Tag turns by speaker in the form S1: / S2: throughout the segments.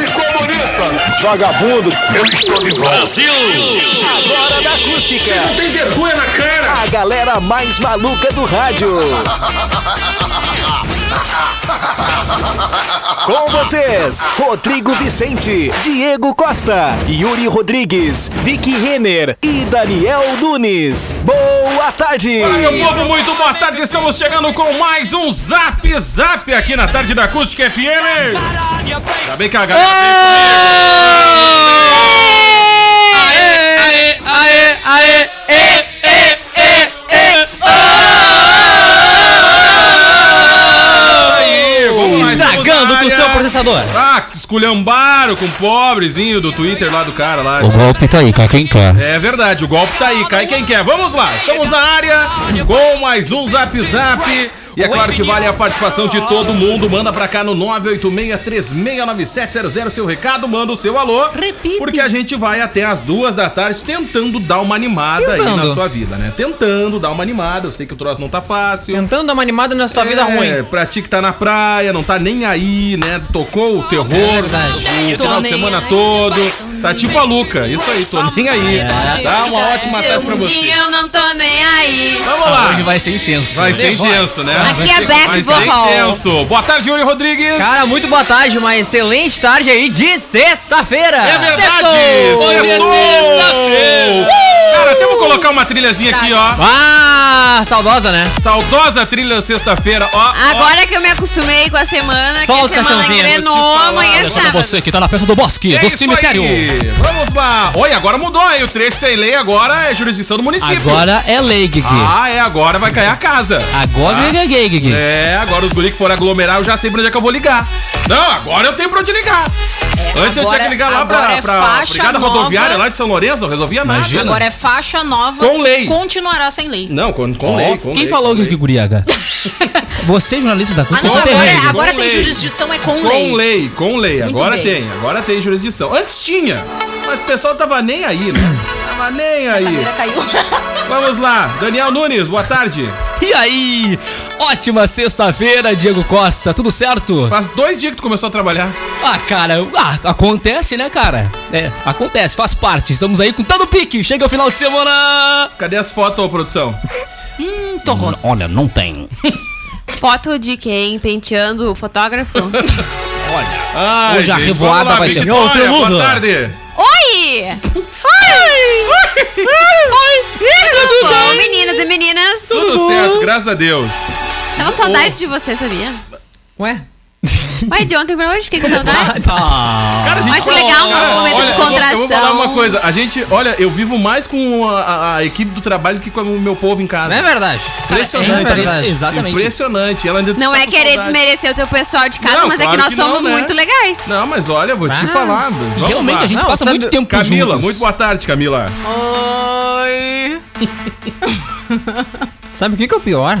S1: e comunista.
S2: Vagabundo, eu estou de volta.
S3: Agora da acústica.
S1: Tem vergonha na cara.
S3: A galera mais maluca do rádio. Com vocês, Rodrigo Vicente, Diego Costa, Yuri Rodrigues, Vicky Renner e Daniel Nunes. Boa tarde!
S4: Olá, meu povo, muito boa tarde. Estamos chegando com mais um Zap Zap aqui na tarde da Acústica FM. Tá bem que a galera
S5: Aê, aê, aê, aê, aê, aê, aê,
S4: aí. Vamos lá, estamos
S5: aê. Estragando
S4: na
S5: com o
S4: área.
S5: seu processador.
S4: Ah, esculhambaram com o pobrezinho do Twitter lá do cara lá.
S6: O golpe tá aí, cai quem quer.
S4: É verdade, o golpe tá aí, cai quem quer. Vamos lá, estamos na área com mais um Zap Zap. E é claro que vale a participação de todo mundo. Manda pra cá no 986369700 seu recado, manda o seu alô.
S5: Repite.
S4: Porque a gente vai até as duas da tarde tentando dar uma animada aí na
S5: Tentando.
S4: sua vida, né? Tentando dar uma animada. Eu sei que o troço não tá fácil.
S5: Tentando dar uma animada na sua vida
S4: É,
S5: ruim.
S4: pra ti que tá na praia, não tá nem aí, né? Tocou o terror
S5: É verdade.
S4: o final de semana todo. Tá tipo a Luca, isso aí, tô nem aí.
S5: É.
S4: Dá uma ótima
S7: Seu
S4: tarde pra
S7: mundinho
S4: você.
S7: Um eu não tô nem aí.
S4: Vamos
S5: Ah, Hoje
S4: lá.
S5: vai ser intenso.
S4: Vai ser intenso, né?
S7: Aqui é
S4: Vai
S7: Beck
S4: ser
S7: Borrol.
S4: intenso. Boa tarde, Yuri Rodrigues.
S5: Cara, muito boa tarde, uma excelente tarde aí de sexta-feira.
S4: É verdade.
S7: Sextou.
S5: Hoje é
S4: sextou.
S5: sexta-feira.
S4: Cara, até vou colocar uma trilhazinha aqui, ó.
S5: Ah, saudosa, né?
S4: Saudosa trilha sexta-feira, ó.
S7: Agora que eu me acostumei com a semana,
S5: Só
S7: que a
S5: os
S7: semana
S5: caixãozinhos.
S7: engrenou, amanhã é
S6: Essa é
S7: sábado.
S6: você que tá na festa do bosque,
S4: É
S6: do
S4: isso
S6: cemitério.
S4: aí. Vamos lá. Olha, agora mudou aí. O 3 sem lei agora é jurisdição do município.
S6: Agora é lei, Gui.
S4: Ah, é, agora vai cair a casa.
S6: Agora é gay, Gui.
S4: É, agora os guri que foram aglomerar, eu já sei pra onde é que eu vou ligar. Não, agora eu tenho pra onde ligar. Antes eu tinha que
S7: agora-
S4: ligar lá
S7: agora
S4: pra,
S7: é
S4: pra
S7: faixa
S4: Brigada
S7: nova.
S4: Rodoviária lá de São Lourenço, não resolvia nada.
S6: Imagina.
S7: Agora é faixa nova.
S4: Com lei.
S7: que Continuará sem lei.
S4: Não, com, com lei, com
S6: Quem
S4: lei,
S6: falou
S4: com
S6: Gui
S4: lei.
S6: Guriaga? Você, jornalista da
S7: Ah,
S6: Cusco,
S7: não,
S6: você tem
S5: é
S7: agora,
S6: regras.
S7: agora
S4: Com
S7: tem
S4: lei.
S7: jurisdição, é com lei.
S4: Com lei, com lei.
S7: Muito
S4: Agora
S7: bem.
S4: tem, agora tem jurisdição. Antes tinha, mas o pessoal tava nem aí, né? Tava nem
S7: A
S4: aí.
S7: cadeira caiu.
S4: Vamos lá, Daniel Nunes, boa tarde.
S6: E aí? Ótima sexta-feira, Diego Costa, tudo certo?
S4: Faz dois dias que tu começou a trabalhar.
S6: Ah, cara, ah, acontece, né, cara? É, acontece, faz parte. Estamos aí com tanto pique. Chega o final de semana.
S4: Cadê as fotos, ô produção?
S7: Torrou.
S6: Olha, não tem.
S7: Foto de quem? Penteando o fotógrafo?
S4: Ai,
S6: Hoje a
S4: gente,
S6: revoada
S4: vamos lá,
S6: vai ser
S4: Vitória,
S6: em outro mundo.
S4: Boa tarde.
S7: Oi! Oi! Oi! Tudo bom, meninas e meninas?
S4: Tudo certo, graças a Deus.
S7: Tava com saudade de você, sabia?
S5: Ué?
S7: Vai de ontem pra hoje, fiquei com
S6: É
S7: saudade.
S4: Cara, a gente
S7: Acho legal o nosso
S4: Cara,
S7: momento
S4: olha,
S7: de
S4: eu vou- Eu vou falar
S7: contração.
S4: uma coisa. A gente, olha, eu vivo mais com a, a- a equipe do trabalho que com o meu povo em casa.
S5: Não é verdade.
S4: Impressionante.
S5: É verdade.
S6: Exatamente.
S4: Impressionante. Ela ainda
S7: Não
S4: tá
S7: é
S4: com
S7: querer
S4: saudade.
S7: desmerecer o teu pessoal de casa,
S4: Não,
S7: mas é
S4: claro
S7: que nós
S4: que não,
S7: somos
S4: né?
S7: muito legais.
S4: Não, mas olha, vou te falar. Vamos
S6: Realmente,
S4: lá.
S6: a gente
S5: Não,
S6: passa
S5: sabe-
S6: muito tempo
S4: Camila,
S6: juntos.
S4: muito boa tarde, Camila.
S7: Oi!
S5: Sabe o que, que é o pior?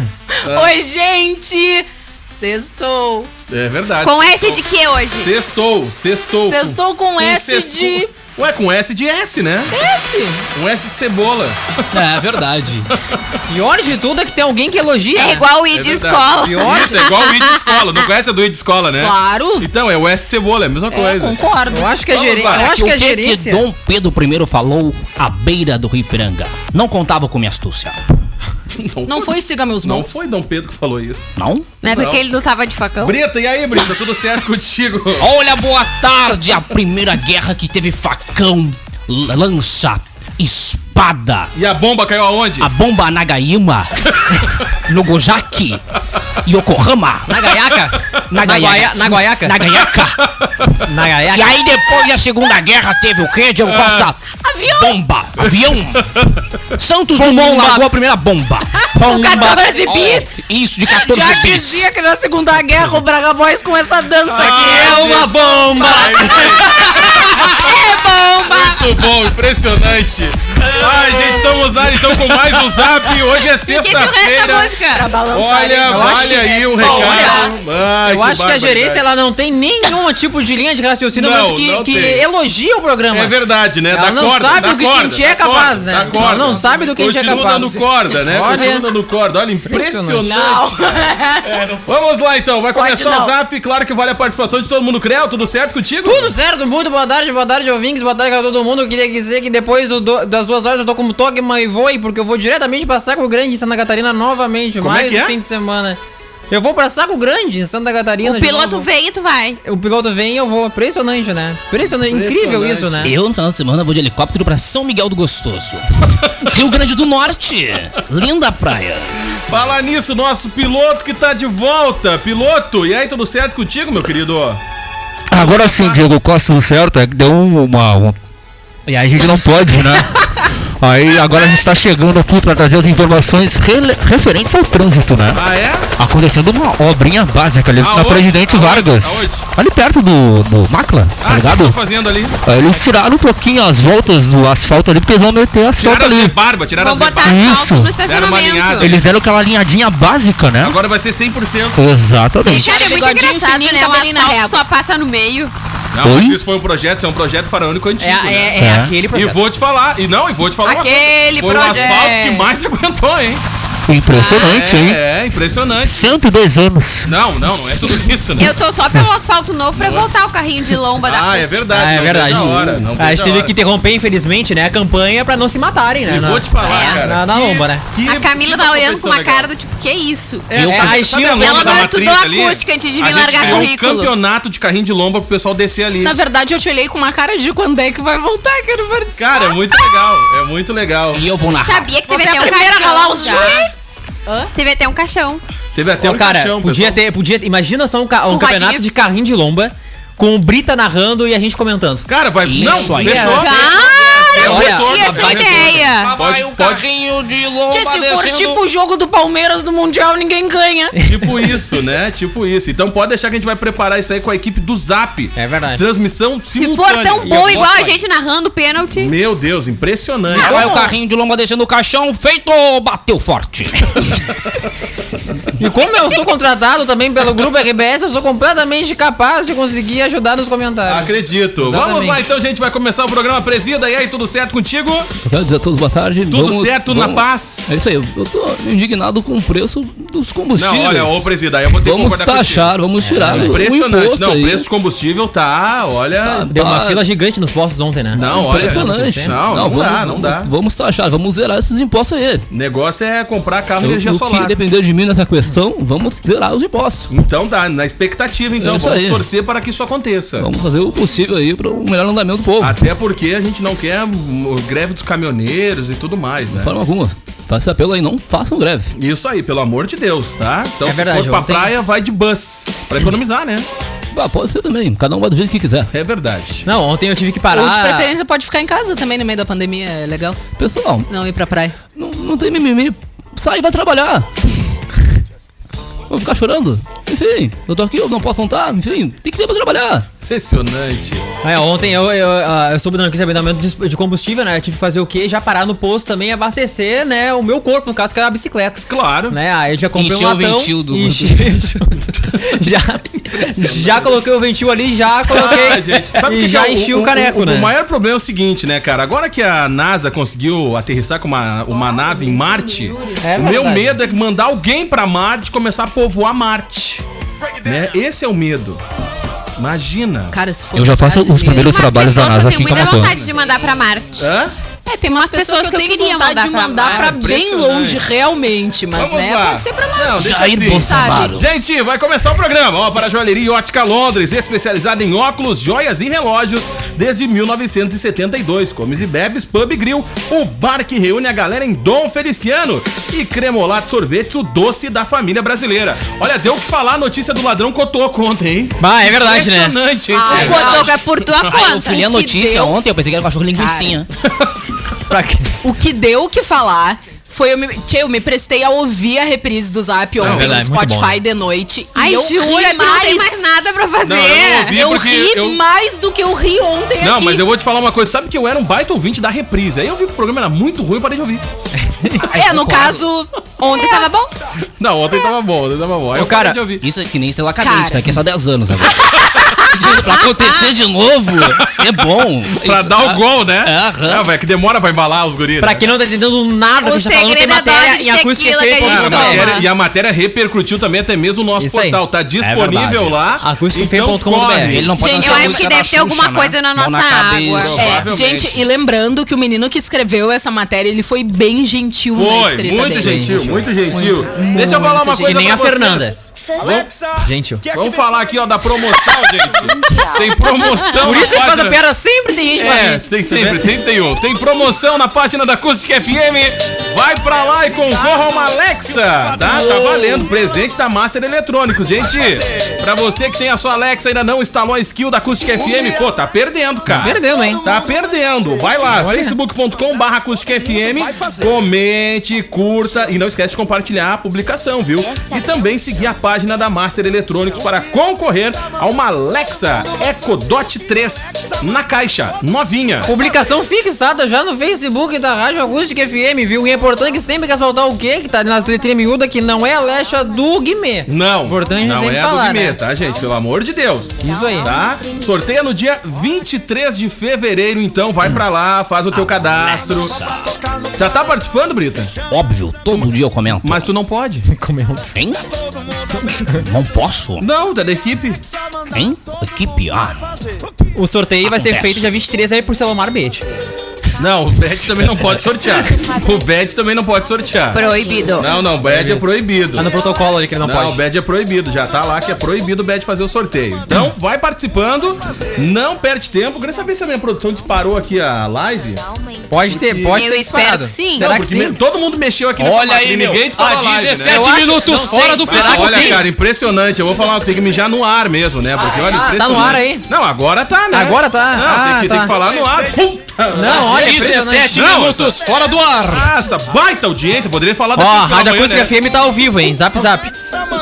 S7: Oi, gente! Sextou!
S4: É verdade.
S7: Com S de que hoje?
S4: Sextou, sextou.
S7: Sextou com S de.
S4: de... Ué, com S de S, né?
S7: S!
S4: Um S de cebola.
S6: É verdade.
S5: Pior de tudo é que tem alguém que elogia.
S7: É igual o I
S4: É
S7: de
S4: verdade.
S7: escola.
S4: Isso, é igual o I de escola. Não conhece a do I de escola, né?
S7: Claro!
S4: Então, é o S de cebola, é a mesma
S7: É,
S4: coisa.
S7: concordo.
S5: Eu acho que é
S4: Vamos
S5: gerência.
S4: lá.
S5: Eu
S6: Cara,
S5: acho
S6: o
S5: que é
S6: que, que
S5: gerência.
S6: Dom Pedro I falou à beira do Rio Ipiranga? Não contava com minha astúcia.
S7: Não foi siga meus
S4: Não
S7: mãos.
S4: foi Dom Pedro que falou isso.
S6: Não?
S7: Na época
S4: Não.
S7: que Né, ele lutava de facão.
S4: Brita, e aí, Brita? Tudo certo contigo?
S6: Olha, boa tarde! A primeira guerra que teve facão, l- lança, espada,
S4: E a bomba caiu aonde?
S6: a bomba Nagaima, Nogozaki, Yokohama,
S5: Nagayaka?
S6: Nagayaka.
S5: Naguaia- Naguaiaca?
S6: Nagayaka. E
S5: Nagayaka?
S6: aí depois da Segunda Guerra teve o quê, Diego Costa?
S7: Ah. Avião. um
S6: Bomba, avião. Santos Dumont largou a primeira bomba.
S7: Com 14 bits!
S6: Isso, de 14
S7: Já
S6: bis.
S7: dizia que na Segunda Guerra o Ah,
S6: É
S7: Braga Boys com essa dança aqui.
S5: É uma bomba!
S4: Aí,
S7: É
S5: bomba!
S4: Muito bom, impressionante. Ai, gente, estamos lá então com mais um zap. Hoje é
S7: Esqueci o resto da
S4: sexta-feira.
S7: música.
S4: Olha,
S5: Então né? Eu acho
S4: olha
S5: que- é
S4: aí o
S5: Bom, né?
S4: recado. Ai,
S5: Eu acho que a
S4: É barbaridade.
S5: gerência ela não tem nenhum tipo de linha de raciocínio
S4: Não,
S5: mas que,
S4: não
S5: que
S4: tem.
S5: elogia o programa.
S4: É verdade, né?
S5: Ela
S4: Dá
S5: não
S4: corda,
S5: sabe
S4: dá
S5: do que
S4: corda,
S5: quem te é
S4: dá
S5: capaz,
S4: corda,
S5: né?
S4: dá
S5: Ela
S4: corda.
S5: não sabe do que a gente é
S4: Continua
S5: capaz.
S4: dando corda, né?
S5: Olha.
S4: Continua dando corda. Olha, impressionante.
S7: Não.
S4: Vamos lá então, vai
S7: Pode
S4: começar o
S7: não.
S4: zap. Claro que vale a participação de todo mundo. Creu, tudo certo contigo?
S5: Tudo certo, muito boa tarde, boa tarde, ouvintes, boa tarde a todo mundo. Eu queria dizer que depois do- do- das duas horas eu tô como Togma e vou, porque eu vou diretamente pra Saco Grande, em Santa Catarina, novamente,
S4: Como é
S5: mais
S4: que
S5: um
S4: é?
S5: fim de semana. Eu vou pra Saco Grande, em Santa Catarina.
S7: O
S5: de
S7: piloto
S5: novo.
S7: vem e tu vai.
S5: O piloto vem e eu vou. Impressionante, né? Impressionante, incrível isso, né?
S6: Eu, no final de semana, vou de helicóptero pra São Miguel do Gostoso. Rio Grande do Norte. Linda praia.
S4: Falar nisso, nosso piloto que tá de volta. Piloto, e aí, tudo certo contigo, meu querido?
S8: Agora
S4: Tá.
S8: sim, Diego Costa, tudo certo? É que deu um- uma, um- E aí a gente não pode, né? Aí agora a gente tá chegando aqui pra trazer as informações rele- referentes ao trânsito, né?
S4: Ah, é?
S8: Acontecendo uma obrinha básica ali na
S4: Aonde?
S8: Presidente
S4: Ah, Aonde?
S8: Vargas.
S4: Aonde?
S8: Ali perto do, do Macla, tá
S4: Ah, o que estão
S8: ligado?
S4: fazendo ali?
S8: Aí Eles tiraram um pouquinho as voltas do asfalto ali, porque eles vão meter asfalto
S4: Tiraram as de
S8: ali.
S4: barba, tiraram as
S7: Vamos
S4: de
S7: botar
S4: barba.
S7: asfalto
S8: Isso.
S7: no
S4: Deram uma alinhada.
S7: estacionamento.
S8: Eles deram aquela linhadinha básica, né?
S4: Agora vai ser 100%.
S8: Exatamente.
S7: Cara, é muito
S5: Bigodinho
S7: engraçado,
S5: fininho,
S9: então
S7: né? O
S9: é
S5: cabelinho na
S7: asfalto
S5: régua.
S7: só passa no meio.
S4: Não, mas
S8: Oi?
S4: isso foi um projeto, isso é um projeto faraônico
S5: É,
S4: antigo.
S5: é,
S4: né?
S5: é,
S8: É.
S5: aquele
S4: E
S5: projeto.
S4: vou te falar, e não, e vou te falar
S7: Aquele
S4: uma coisa. Foi o asfalto
S7: projeto.
S4: que mais se aguentou, hein?
S8: Impressionante, hein?
S4: tá. É, é, impressionante.
S8: 102 anos.
S4: Não, não, não é tudo isso, né?
S7: Eu tô só pelo asfalto novo pra voltar o carrinho de lomba da
S4: Ah, é
S7: Cusco.
S4: verdade.
S5: Ah, é
S4: não
S5: verdade.
S4: vejo a hora, não
S5: a
S4: vejo
S5: gente
S4: a
S5: teve
S4: hora.
S5: que interromper, infelizmente, né? A campanha pra não se matarem, né?
S4: E
S5: na-
S4: vou te falar,
S7: É,
S4: cara.
S5: na- na
S4: que-
S5: lomba, né?
S4: que-
S7: A Camila tá
S4: que
S7: olhando com uma
S4: competição
S7: cara
S4: legal.
S7: do tipo, que isso?
S5: É,
S6: Eu-
S5: é, a
S4: Sabe
S5: China-
S4: a lomba da
S7: Ela não
S4: matriz
S7: estudou
S4: ali?
S7: acústica antes de
S4: A
S7: me
S4: gente
S7: largar
S4: ganhou
S7: currículo. Tá
S4: um campeonato de carrinho de lomba pro pessoal descer ali.
S9: Na verdade, eu te olhei com uma cara de quando é que vai voltar, quero participar.
S4: Cara, é muito legal, é muito legal.
S6: E eu vou narrar.
S7: Sabia que teve
S9: Você é
S7: até
S9: a
S7: um
S9: primeira a ralar
S7: caixão
S9: os
S7: já.
S9: joelhos.
S7: Teve até um caixão.
S4: Teve até
S5: Ô,
S4: um
S5: então, cara,
S4: caixão,
S5: podia
S4: pessoal.
S5: ter, podia, imagina só um, ca- um
S7: Com
S5: campeonato
S7: rodinha.
S5: de carrinho de lomba com o Brita narrando e a gente comentando.
S4: Cara, vai. não,
S6: Isso aí.
S4: fechou.
S9: é
S7: Cara, eu
S5: Olha,
S7: curti essa
S4: rapaz,
S7: ideia.
S4: Pode-
S6: Vai o
S4: pode-
S6: carrinho de lomba
S9: Tia, se for
S6: descendo.
S9: tipo o jogo do Palmeiras no Mundial, ninguém ganha.
S4: Tipo isso, né? Tipo isso. Então pode deixar que a gente vai preparar isso aí com a equipe do Zap.
S5: É verdade.
S4: Transmissão
S7: Se for
S4: simultânea.
S7: tão bom igual a gente narrando o pênalti.
S4: é Meu Deus, impressionante.
S6: Vai o carrinho de lomba deixando o caixão feito, bateu forte.
S5: E como eu sou contratado também pelo grupo RBS, eu sou completamente capaz de conseguir ajudar nos comentários.
S4: Acredito.
S5: Exatamente.
S4: Vamos lá então, gente. Vai começar o programa Presida. E aí, tudo certo contigo?
S8: Quero dizer Tá, a todos boa tarde.
S4: Tudo certo, na paz?
S8: É isso aí, eu tô indignado com o preço dos combustíveis.
S4: Não, olha, ô Presida, aí eu vou ter
S8: vamos taxar, vamos tirar.
S4: contigo.
S8: o
S4: É, Impressionante.
S8: imposto
S4: Não, o
S8: aí.
S4: preço de combustível tá, olha...
S5: Deu uma
S8: Ah.
S5: fila gigante nos postos ontem, né?
S4: Não, olha...
S8: Impressionante.
S4: Não, não,
S8: vamos,
S4: dá, não dá.
S8: Vamos taxar, vamos zerar esses impostos aí.
S4: O negócio é comprar carro e
S8: Eu,
S4: energia
S8: o que
S4: solar.
S8: depender de mim nessa questão, vamos zerar os impostos.
S4: Então dá, na expectativa, então.
S8: É isso
S4: Vamos
S8: aí.
S4: torcer para que isso aconteça.
S8: Vamos fazer o possível aí para o melhor andamento do povo.
S4: Até porque a gente não quer hum, greve dos caminhoneiros e tudo mais, né?
S8: De forma alguma. Tá esse apelo aí, não façam greve.
S4: Isso aí, pelo amor de Deus, tá? Então,
S5: É verdade,
S4: se for pra
S5: ontem-
S4: praia, vai de bus. Pra economizar, né?
S8: Ah, pode ser também, cada um vai do jeito que quiser.
S4: É verdade.
S5: Não, ontem eu tive que
S9: Ou de
S5: parar.
S9: preferência pode ficar em casa também no meio da pandemia, é legal.
S8: Pessoal,
S9: Não ir pra praia.
S8: não, não tem mimimi, sai e vai trabalhar. Vou ficar chorando? Enfim, eu tô aqui, eu não posso montar, enfim, tem que ter pra trabalhar.
S4: Impressionante.
S5: É, ontem eu, eu, ah, eu soube da notícia de aumento de- de combustível, né? Eu tive que fazer o quê? Já parar no posto também e abastecer, né? O meu corpo, no caso, que é a bicicleta.
S4: Claro.
S5: Né? Aí eu já comprei
S6: Encheu
S5: um
S6: o
S5: latão.
S6: ventil do-
S5: enchi- já, já coloquei o ventil ali, já coloquei.
S4: Ah, gente, sabe
S5: e
S4: o que
S5: já
S4: que é
S5: enchi o, caneco, né?
S4: O maior problema é o seguinte, né, cara? Agora que a NASA conseguiu aterrissar com uma, uma nave em Marte,
S5: É
S4: o meu
S5: verdade.
S4: medo é que mandar alguém pra Marte e começar a povoar Marte. Né? Esse é o medo. Imagina.
S9: Cara, se for
S8: Eu já
S9: pra
S8: faço
S9: casa
S8: os
S9: mesmo-
S8: primeiros
S7: Umas
S8: trabalhos da
S7: pessoas
S8: NASA
S7: que eu
S8: aqui
S7: tenho
S8: em
S7: muita
S8: Camacuã.
S7: vontade de mandar pra Marte.
S4: Hã?
S9: É, tem umas pessoas, que eu tenho
S7: queria
S9: vontade de
S7: mandar pra
S9: mandar pra,
S7: lá.
S9: bem
S4: Impressionante.
S9: longe, realmente, mas
S4: Vamos
S9: né,
S4: lá.
S9: pode ser pra lá.
S4: Não, deixa
S6: Jair
S4: assim.
S6: Bolsonaro.
S4: Gente, vai começar o programa. Ó, para a joalheria e ótica Londres, especializada em óculos, joias e relógios desde 1972. Comes e bebes, pub e grill, o bar que reúne a galera em Dom Feliciano. E cremolato sorvetes, o doce da família brasileira. Olha, deu o que falar a notícia do ladrão Cotoco ontem, hein?
S5: Ah, é verdade, né?
S4: Impressionante, hein?
S7: Ah, o Cotoco é por tua
S6: Aí eu
S7: conta.
S6: fui ler a
S9: que
S6: notícia
S9: deu?
S6: ontem, eu pensei que era cachorro linguicinha.
S5: Pra quê?
S9: O que deu o que falar Foi eu me, Tchê, eu me prestei a ouvir a reprise do Zap
S4: Não, é
S9: ontem no
S4: verdade,
S9: Spotify
S4: muito bom, né?
S9: de noite.
S7: Ai,
S9: e eu
S7: jura,
S9: ri
S7: tu não
S9: mais.
S7: tem mais nada pra fazer.
S4: Não, eu não ouvi.
S9: Eu
S4: porque
S9: ri
S4: eu-
S9: mais do que eu ri ontem
S4: Não,
S9: aqui.
S4: mas eu vou te falar uma coisa. Sabe que eu era um baita ouvinte da reprise. Aí eu vi que o programa era muito ruim e parei de ouvir.
S9: É, no caso,
S7: Ontem tava bom?
S4: Não, ontem tava bom, ontem tava bom. Aí
S6: Ô,
S4: eu
S6: cara,
S4: parei de ouvir.
S6: isso é que nem Estrela Cadente,
S9: Cara.
S6: tá? Que é só 10 anos agora. Diz, pra acontecer de novo, ser bom.
S4: Pra
S6: Isso,
S4: dar
S6: ah,
S4: o gol, né?
S6: é, aham.
S4: Ah, velho, que demora pra embalar os guris.
S5: Pra
S4: né?
S5: quem não tá entendendo nada do que
S7: O
S5: a gente tá falando, tem
S7: segredo é a
S5: matéria
S7: dose de
S5: em acústica né?
S7: tequila que a
S4: Cara,
S7: gente
S4: a
S7: toma.
S4: matéria- e a matéria repercutiu também até mesmo o nosso
S5: Isso aí. É
S4: portal. Tá disponível
S6: verdade.
S4: lá. Então
S5: Acústicafe.com.br.
S4: corre.
S6: Ele não pode
S9: Gente, eu
S6: lançar a
S9: acho
S7: que
S6: música da né?
S7: deve ter alguma coisa na
S6: Mão
S7: nossa
S6: cabeça.
S7: água.
S4: É.
S9: É,
S4: Provavelmente.
S9: gente, e lembrando que o menino que escreveu essa matéria, ele foi bem gentil na
S4: Foi,
S9: escrita
S4: muito
S9: dele.
S4: gentil, muito gentil. Deixa eu falar uma
S9: muito
S4: coisa
S5: E nem
S4: pra
S5: a
S4: vocês.
S5: Fernanda.
S10: Alexa,
S5: Gente, ó.
S10: que
S4: Vamos falar aqui, ó, da promoção, gente. Tem promoção
S5: Por isso que a
S4: na
S5: gente faz a
S4: página-
S5: piada, sempre tem gente pra
S4: É,
S5: rir.
S4: tem, sempre, sempre tem um. Tem promoção na página da Acústica FM. Vai pra lá e concorra uma Alexa. Tá, tá valendo. Presente da Master Eletrônicos, gente. Pra você que tem a sua Alexa e ainda não instalou a skill da Acústica FM, pô, tá perdendo, cara. Tá
S5: perdendo, hein?
S4: Tá perdendo. Vai lá, facebook.com barra Acústica FM. Comente, curta e não esquece de compartilhar a publicação, viu? E também seguir a página da Master Eletrônicos para concorrer a uma Alexa Echo Dot 3 na caixa, novinha.
S5: Publicação fixada já no Facebook da Rádio Acústica FM, viu? E é importante que sempre quer soltar o quê? Que tá nas letrinhas miúdas, que não é a lecha do Guimê.
S4: Não.
S5: Importante
S4: não
S5: sempre
S4: é a
S5: falar,
S4: do Guimê,
S5: né?
S4: tá, gente? Pelo amor de Deus.
S5: Isso aí.
S4: Tá? Sorteio é no dia 23 de fevereiro, então vai pra lá, faz o teu cadastro. Já tá participando, Brita?
S6: Óbvio, todo dia eu comento.
S4: Mas tu não pode.
S6: Hein? Não posso?
S4: Não, tá da equipe.
S6: Hein? Equipe, ah.
S5: O sorteio vai ser
S6: Acontece.
S5: feito dia 23 aí por Selomar Bete.
S4: Não, o Bad também não pode sortear. O Bad também não pode sortear.
S7: Proibido.
S4: Não, não, o Bad é proibido.
S5: Tá no protocolo ali que ele não,
S4: Não, o
S5: pode.
S4: Bad é proibido, já tá lá que é proibido o Bad fazer o sorteio. Então, vai participando, não perde tempo. Queria saber se a minha produção disparou aqui a live.
S5: Pode ter, pode
S7: Eu espero
S5: ter disparado.
S7: que sim.
S5: Será
S4: Não,
S5: que
S4: porque
S5: sim?
S4: me- todo mundo mexeu aqui
S6: Olha
S4: máquina
S6: aí,
S4: e
S6: meu.
S4: ninguém disparou
S6: Há
S4: a
S5: Ah,
S4: live, né?
S6: 17
S5: Eu acho-
S6: minutos
S5: não
S6: fora
S5: sei,
S6: do
S5: será
S4: Mas
S6: Facebook.
S4: olha, cara, impressionante. Eu vou falar, tem que mijar no ar mesmo, né? Porque olha,
S5: tá no
S4: impressionante.
S5: ar aí?
S4: Não, agora tá, né?
S5: Agora tá.
S4: Não,
S5: Ah,
S4: tem, que, tem
S5: tá.
S4: que falar no ar. Puta!
S5: Não, olha,
S6: 17
S4: Não,
S6: minutos fora do ar.
S4: Nossa, baita audiência. Poderia falar
S5: Ó, a
S4: cinco da
S5: Rádio
S4: manhã,
S5: Acústica
S4: né?
S5: FM tá ao vivo, hein? Zap zap.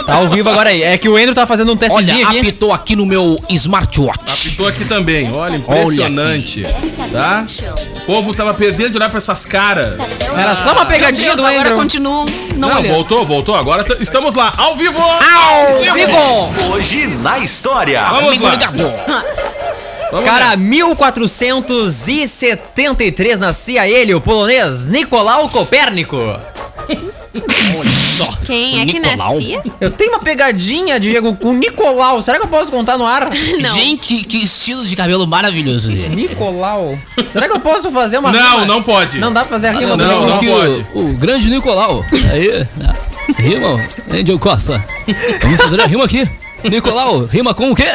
S5: Tá ao vivo agora aí. É que o Andrew tá fazendo um testezinho
S6: Olha,
S5: aqui.
S6: apitou aqui no meu smartwatch.
S4: Apitou aqui também,
S5: é
S4: olha, impressionante. Tá? O povo tava perdendo de olhar pra essas caras.
S5: é Era só uma
S9: Meu
S5: pegadinha
S9: Deus,
S5: do
S9: agora
S5: Andrew.
S9: continuo não,
S4: Não,
S9: olhando.
S4: voltou, voltou. Agora t- estamos lá, ao vivo!
S5: Ah,
S9: Vivo!
S1: Hoje na história.
S4: Vamos
S6: Amigo
S4: lá.
S6: ligado.
S4: Vamos
S5: Cara,
S4: nessa.
S5: 1473 nascia ele, o polonês Nicolau Copérnico.
S6: Só.
S7: Quem é que
S6: Nicolau.
S7: nascia?
S5: Eu tenho uma pegadinha, Diego, com Nicolau. Será que eu posso contar no ar?
S7: Não.
S6: Gente, que estilo de cabelo maravilhoso dele.
S5: Nicolau. Será que eu posso fazer uma
S4: Não,
S5: rima?
S4: não pode.
S5: Não dá pra fazer a rima
S6: Eu
S5: do
S4: não,
S6: lembro
S5: Nicolau.
S6: que
S4: pode.
S6: O, o grande Nicolau. Aí, ah, rima, Angel Costa. Vamos fazer a rima aqui. Nicolau, rima com o quê?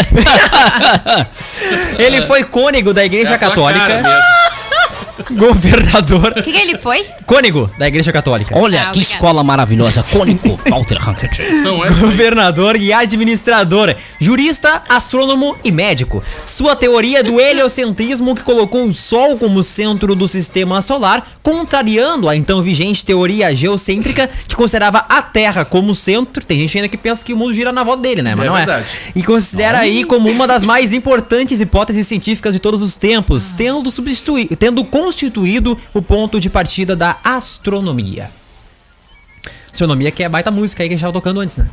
S5: Ele foi cônego da Igreja
S4: É a tua cara
S5: Católica,
S4: mesmo.
S5: governador.
S7: O que, que ele foi?
S5: Cônego da Igreja Católica.
S6: Olha
S7: Ah,
S6: que
S7: obrigada.
S6: escola maravilhosa. Cônico Walter Hankett.
S4: Não é isso aí.
S5: Governador e administrador, jurista, astrônomo e médico. Sua teoria do heliocentrismo que colocou o Sol como centro do sistema solar, contrariando a então vigente teoria geocêntrica que considerava a Terra como centro. Tem gente ainda que pensa que o mundo gira na volta dele, né? Mas
S4: É
S5: não
S4: verdade.
S5: é. E considera aí como uma das mais importantes hipóteses científicas de todos os
S4: Ah.
S5: tempos, tendo substituído, tendo constituído o ponto de partida da astronomia. Astronomia que é a baita música aí que a gente tava tocando antes, né?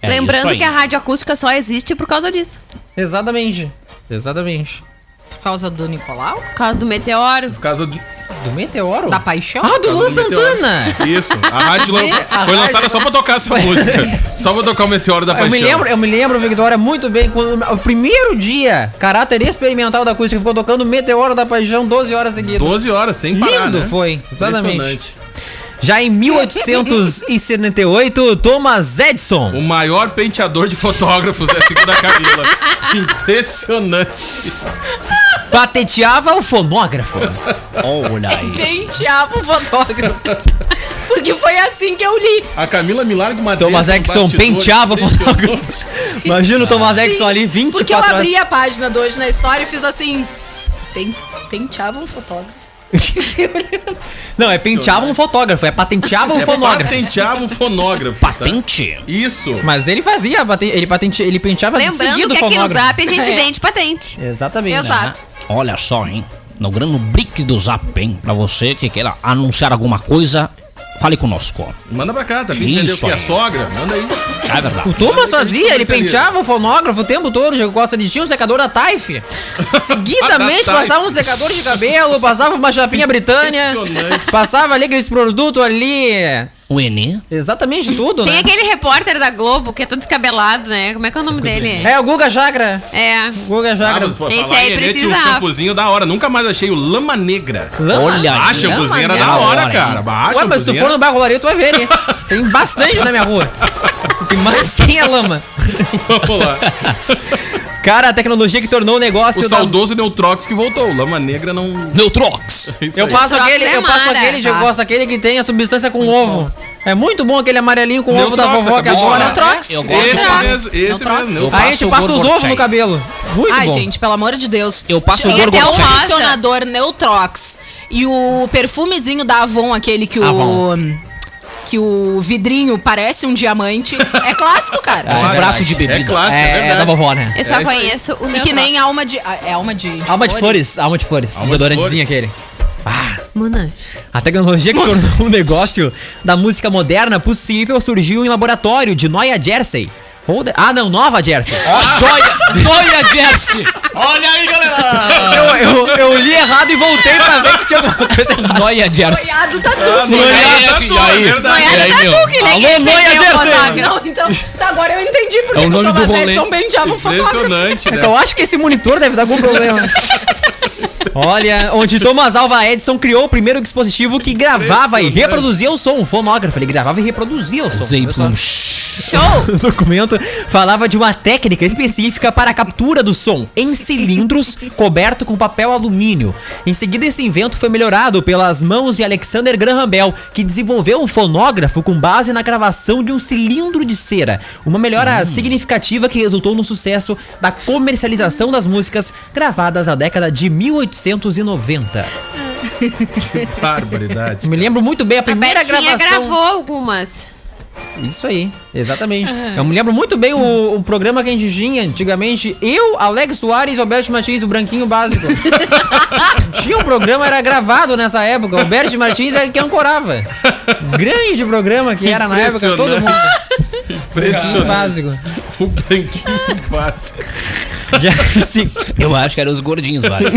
S6: É isso
S7: Lembrando
S6: aí.
S7: que a rádio acústica só existe por causa disso.
S5: Exatamente. Exatamente.
S9: Por causa do Nicolau?
S7: Por causa do meteoro.
S4: Por causa do.
S5: Do meteoro?
S9: Da paixão?
S5: Ah, do Luan
S4: do meteoro.
S5: Santana!
S4: Isso, a rádio lan-
S5: A
S4: foi
S5: rádio-
S4: lançada só pra tocar essa música. Só pra tocar o Meteoro da
S5: Eu
S4: Paixão.
S5: me, lembro, eu me lembro, Victoria, muito bem, quando o primeiro dia, caráter experimental da acústica, ficou tocando Meteoro da Paixão 12 horas seguidas.
S4: 12 horas, sem parar.
S5: Lindo
S4: né?
S5: foi, exatamente.
S4: Impressionante.
S5: Já em 1878, Thomas Edison.
S4: O maior penteador de fotógrafos é a segunda Camila. Impressionante.
S5: pateteava o fonógrafo.
S6: Olha aí.
S9: Penteava o fotógrafo. Porque foi assim que eu li.
S4: A Camila Milargo Matheus.
S5: Thomas Edison penteava o fotógrafo. Imagina o Thomas Edison ali, 24
S9: Porque eu
S5: horas.
S9: abri a página do Hoje na História e fiz assim... Pen- penteava um fotógrafo.
S5: Não, é penteava um fotógrafo, é patenteava um
S4: É
S5: fonógrafo.
S4: Patenteava um fonógrafo. tá?
S6: Patente.
S4: Isso.
S5: Mas ele fazia, paten- ele patente, ele penteava
S7: Lembrando
S5: seguido
S7: que
S5: o
S7: aqui no
S5: fonógrafo.
S7: Zap a gente
S9: É.
S7: vende patente.
S5: Exatamente. né?
S7: Exato.
S6: Olha só, hein? No grano brick do Zap, hein? Pra você que queira anunciar alguma coisa, fale conosco.
S4: Manda pra cá, tá? Entendeu o
S6: Isso
S4: que é
S6: aí.
S4: sogra? Manda aí.
S6: É verdade.
S5: O Thomas fazia, ele
S4: Comercializa.
S5: penteava o fonógrafo o tempo todo, Diego Costa, ele tinha um secador da Taif. Seguidamente
S4: Da Taif.
S5: passava um secador de cabelo, passava uma chapinha britânia,
S4: Impressionante.
S5: passava ali aqueles produtos ali,
S6: O Enê?
S5: exatamente tudo,
S7: Tem
S5: né?
S7: aquele repórter da Globo que é todo descabelado, né? Como é que é o nome dele?
S5: É o Guga Chakra.
S7: É.
S5: Guga
S4: Ah,
S5: Chakra.
S4: mas foi
S7: Esse
S4: falar
S7: aí
S4: em Enê, tinha um
S7: precisava.
S4: shampoozinho da hora. Nunca mais achei o Lama Negra.
S5: Lama?
S6: Olha aí.
S4: Ah, shampoozinho era
S5: Lama
S4: da
S6: Negra.
S4: hora,
S6: Olha,
S4: cara.
S6: hein?
S4: Bah,
S5: Ué, mas se tu
S4: shampoozinho
S5: for
S4: era-
S5: no Barro Laredo, tu vai ver, hein? Tem bastante na minha rua. O que mais tem é lama.
S4: Vamos lá.
S5: Cara, a tecnologia que tornou o negócio...
S4: O
S5: da-
S4: saudoso Neutrox que voltou. O Lama Negra não.
S6: Neutrox.
S4: Isso
S5: Eu
S4: aí.
S5: passo
S7: Troca
S5: aquele,
S7: é
S5: eu passo
S7: mara,
S5: aquele, eu
S7: tá?
S5: gosto aquele que tem a substância com ovo. É muito bom aquele amarelinho com ovo da
S4: Neutrox,
S5: vovó que
S4: acabou de
S5: adora.
S4: falar.
S6: Eu gosto.
S4: Esse
S7: Neutrox.
S4: mesmo, esse
S9: Neutrox.
S4: mesmo. Neutrox.
S5: Aí a
S6: passo
S5: gente
S6: o
S5: passa os
S6: Gorgonzola.
S5: ovos no cabelo. Muito
S9: Ai,
S5: bom.
S9: gente, pelo amor de Deus.
S6: Eu passo o
S9: Tem até um
S7: gorgonzola.
S9: condicionador Neutrox e o perfumezinho da Avon, aquele que o...
S6: Avon.
S9: Que o vidrinho parece um diamante. É clássico, cara.
S5: Ah,
S4: É
S5: frasco
S4: verdade.
S5: de bebida.
S4: É clássico, é
S5: é,
S4: verdade.
S5: da vovó, né?
S7: Eu só
S4: É isso aí.
S7: conheço o
S9: E
S7: meu.
S9: que nem alma de... ah, É alma de...
S5: Alma de flores, alma de flores.
S4: Alma de
S5: Deodorantezinho
S4: flores.
S5: aquele. Ah, a tecnologia que tornou o negócio da música moderna possível surgiu em laboratório de Noia Jersey. Ou de- Ah, não, Nova Jersey.
S6: Joia, Joia Jersey. Olha aí, galera.
S5: Eu, eu, eu li errado e voltei pra ver que tinha alguma coisa errada.
S6: Noia Jersey.
S9: Noiado tatu,
S6: Noia
S9: filho.
S4: Noiado
S11: tá
S6: Jersey,
S4: Tatu,
S6: aí.
S4: é verdade.
S6: E aí, Ah, meu?
S9: Tatu, tá que nem
S6: Alô,
S9: quem
S6: Noia
S9: vendeu o
S6: Jersey.
S9: fotógrafo. Então, tá, agora eu entendi por que
S6: É o
S9: que o
S6: nome do
S9: Thomas
S6: rolê.
S9: Edison penteava um fotógrafo.
S4: Impressionante, né?
S5: É que eu acho que esse monitor deve dar algum problema. né? Olha, onde Thomas Alva Edison criou o primeiro dispositivo que gravava e
S4: Impressionante.
S5: reproduzia o som, um fonógrafo. Ele gravava e reproduzia o som.
S6: ZYX.
S7: Show!
S5: O documento falava de uma técnica específica para a captura do som em cilindros coberto com papel alumínio. Em seguida, esse invento foi melhorado pelas mãos de Alexander Graham Bell, que desenvolveu um fonógrafo com base na gravação de um cilindro de cera. Uma
S7: Hum.
S5: melhora significativa que resultou no sucesso da comercialização das músicas gravadas na década de 1890.
S4: Barbaridade.
S5: Me lembro muito bem a primeira
S7: Betinha
S5: gravação.
S7: gravou algumas.
S5: Isso aí, exatamente. Eu me lembro muito bem o, o programa que a gente tinha antigamente. Eu, Alex Soares, Alberto Martins, o Branquinho Básico. tinha um programa, era gravado nessa época. O Alberto Martins era que ancorava. Grande programa que era na época, todo mundo. Branquinho
S4: Impressionante.
S5: Básico.
S4: O branquinho básico.
S5: Já, assim,
S6: Eu acho que era os gordinhos, velho.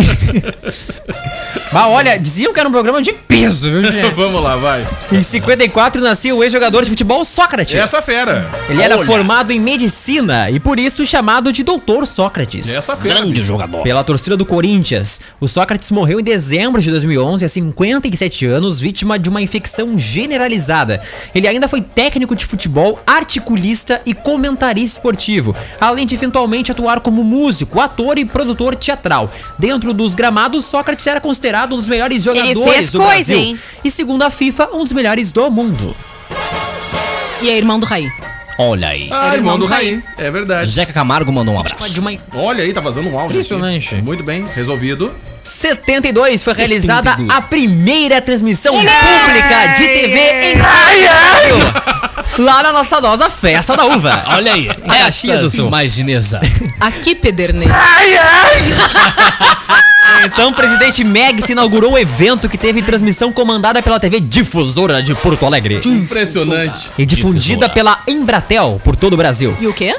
S5: mas olha, diziam que era um programa de peso, viu, gente?
S4: Vamos lá, vai.
S5: Em 54 nascia o ex-jogador de futebol Sócrates.
S4: É Essa fera.
S5: Ele era
S6: Olha.
S5: formado em medicina e por isso chamado de Doutor Sócrates.
S4: É Essa fera.
S6: Grande jogador.
S5: Pela torcida do Corinthians, o Sócrates morreu em dezembro de 2011, aos 57 anos, vítima de uma infecção generalizada. Ele ainda foi técnico de futebol, articulista e comentarista esportivo, além de eventualmente atuar como músico, ator e produtor teatral. Dentro dos gramados, Sócrates era considerado um dos melhores jogadores
S7: fez
S5: do
S7: coisa,
S5: Brasil
S7: hein?
S5: e, segundo a FIFA, um dos melhores do mundo.
S9: E é irmão do Raí.
S6: Olha aí.
S4: Ah,
S9: Era
S4: irmão do
S9: Raí.
S4: Raí. É verdade.
S6: Zeca Camargo mandou um abraço.
S5: De uma
S4: Olha aí, tá vazando um áudio. aqui.
S5: Impressionante.
S4: Muito bem, resolvido.
S5: 72 foi realizada a primeira transmissão pública de TV em rádio. Lá na nossa nossa festa da uva.
S6: Olha aí.
S5: a Chia do
S6: Esta
S5: Sul.
S6: imagineza.
S9: Aqui, Pederneiro.
S5: Então, o presidente Meg se inaugurou um evento que teve transmissão comandada pela TV Difusora de Porto Alegre
S4: Impressionante.
S5: e difundida
S6: Difusora.
S5: pela Embratel por todo o Brasil.
S9: E o quê?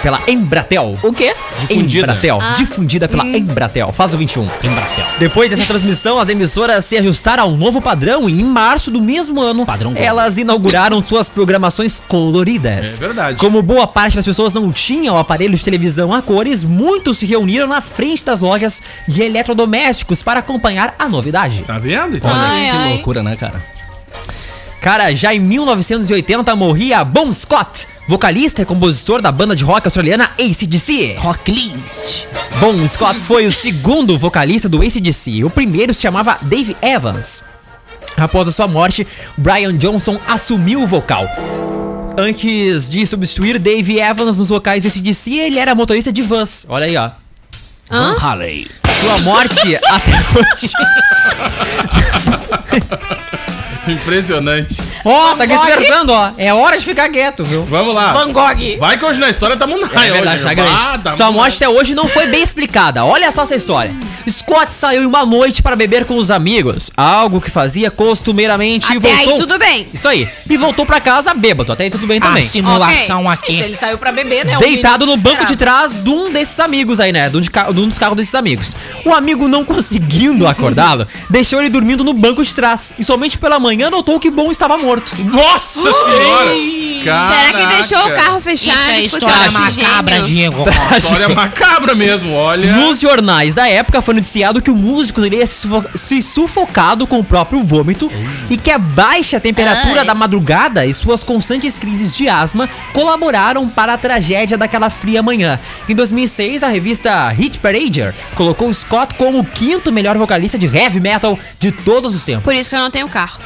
S5: Pela Embratel.
S9: O quê?
S4: Difundida.
S5: Embratel. Difundida pela Embratel. Faz o 21. Embratel. Depois dessa transmissão, as emissoras se ajustaram ao novo padrão e em março do mesmo ano,
S6: Padrão Globo.
S5: elas inauguraram suas programações coloridas.
S4: É verdade.
S5: Como boa parte das pessoas não tinha o aparelho de televisão a cores, muitos se reuniram na frente das lojas de eletrodomésticos para acompanhar a novidade.
S4: Tá vendo? Então,
S9: Olha.
S4: né?
S9: Ai,
S6: que
S9: ai.
S6: loucura, né, cara?
S5: Cara, já em 1980 morria Bon Scott, vocalista e compositor da banda de rock australiana ACDC.
S6: Rocklist.
S5: Bom, Scott foi o segundo vocalista do ACDC. O primeiro se chamava Dave Evans. Após a sua morte, Brian Johnson assumiu o vocal. Antes de substituir Dave Evans nos vocais do ACDC, ele era motorista de vans. Olha aí, ó.
S6: Van Halley.
S5: Sua morte até hoje.
S4: Impressionante.
S5: Ó,
S9: Van Gogh.
S5: tá despertando, ó. É hora de ficar quieto, viu?
S4: Vamos lá.
S9: Van Gogh.
S4: Vai que hoje na história tamo na Ah,
S5: É verdade, tá grande. Sua morte até hoje não foi bem explicada. Olha só essa história. Scott saiu em uma noite para beber com os amigos, algo que fazia costumeiramente e
S7: Até aí
S5: voltou.
S7: tudo bem.
S5: Isso aí. E voltou para casa bêbado. Até aí tudo bem também.
S9: Simulação aqui. Isso, ele saiu pra beber, né? O
S5: Deitado no
S9: menino
S5: banco de
S9: desesperado.
S5: trás de um desses amigos aí, né? De um, de ca- de um dos carros desses amigos. O amigo não conseguindo acordá-lo, deixou ele dormindo no banco de trás. E somente pela manhã notou que Bon estava morto.
S4: Nossa senhora!
S7: Será que deixou o
S4: Caraca.
S7: carro fechado
S9: Isso é
S7: e ficou
S9: história
S7: sem
S9: macabra,
S7: oxigênio?
S9: Diego.
S4: História macabra mesmo,
S6: É.
S4: olha.
S5: Nos jornais da época foi noticiado que o músico teria se, sufo- se sufocado com o próprio vômito e que a baixa temperatura
S7: Ai.
S5: da madrugada e suas constantes crises de asma colaboraram para a tragédia daquela fria manhã. Em 2006, a revista Hit Parader colocou Scott como o quinto melhor vocalista de heavy metal de todos os tempos.
S7: Por isso que eu não tenho carro.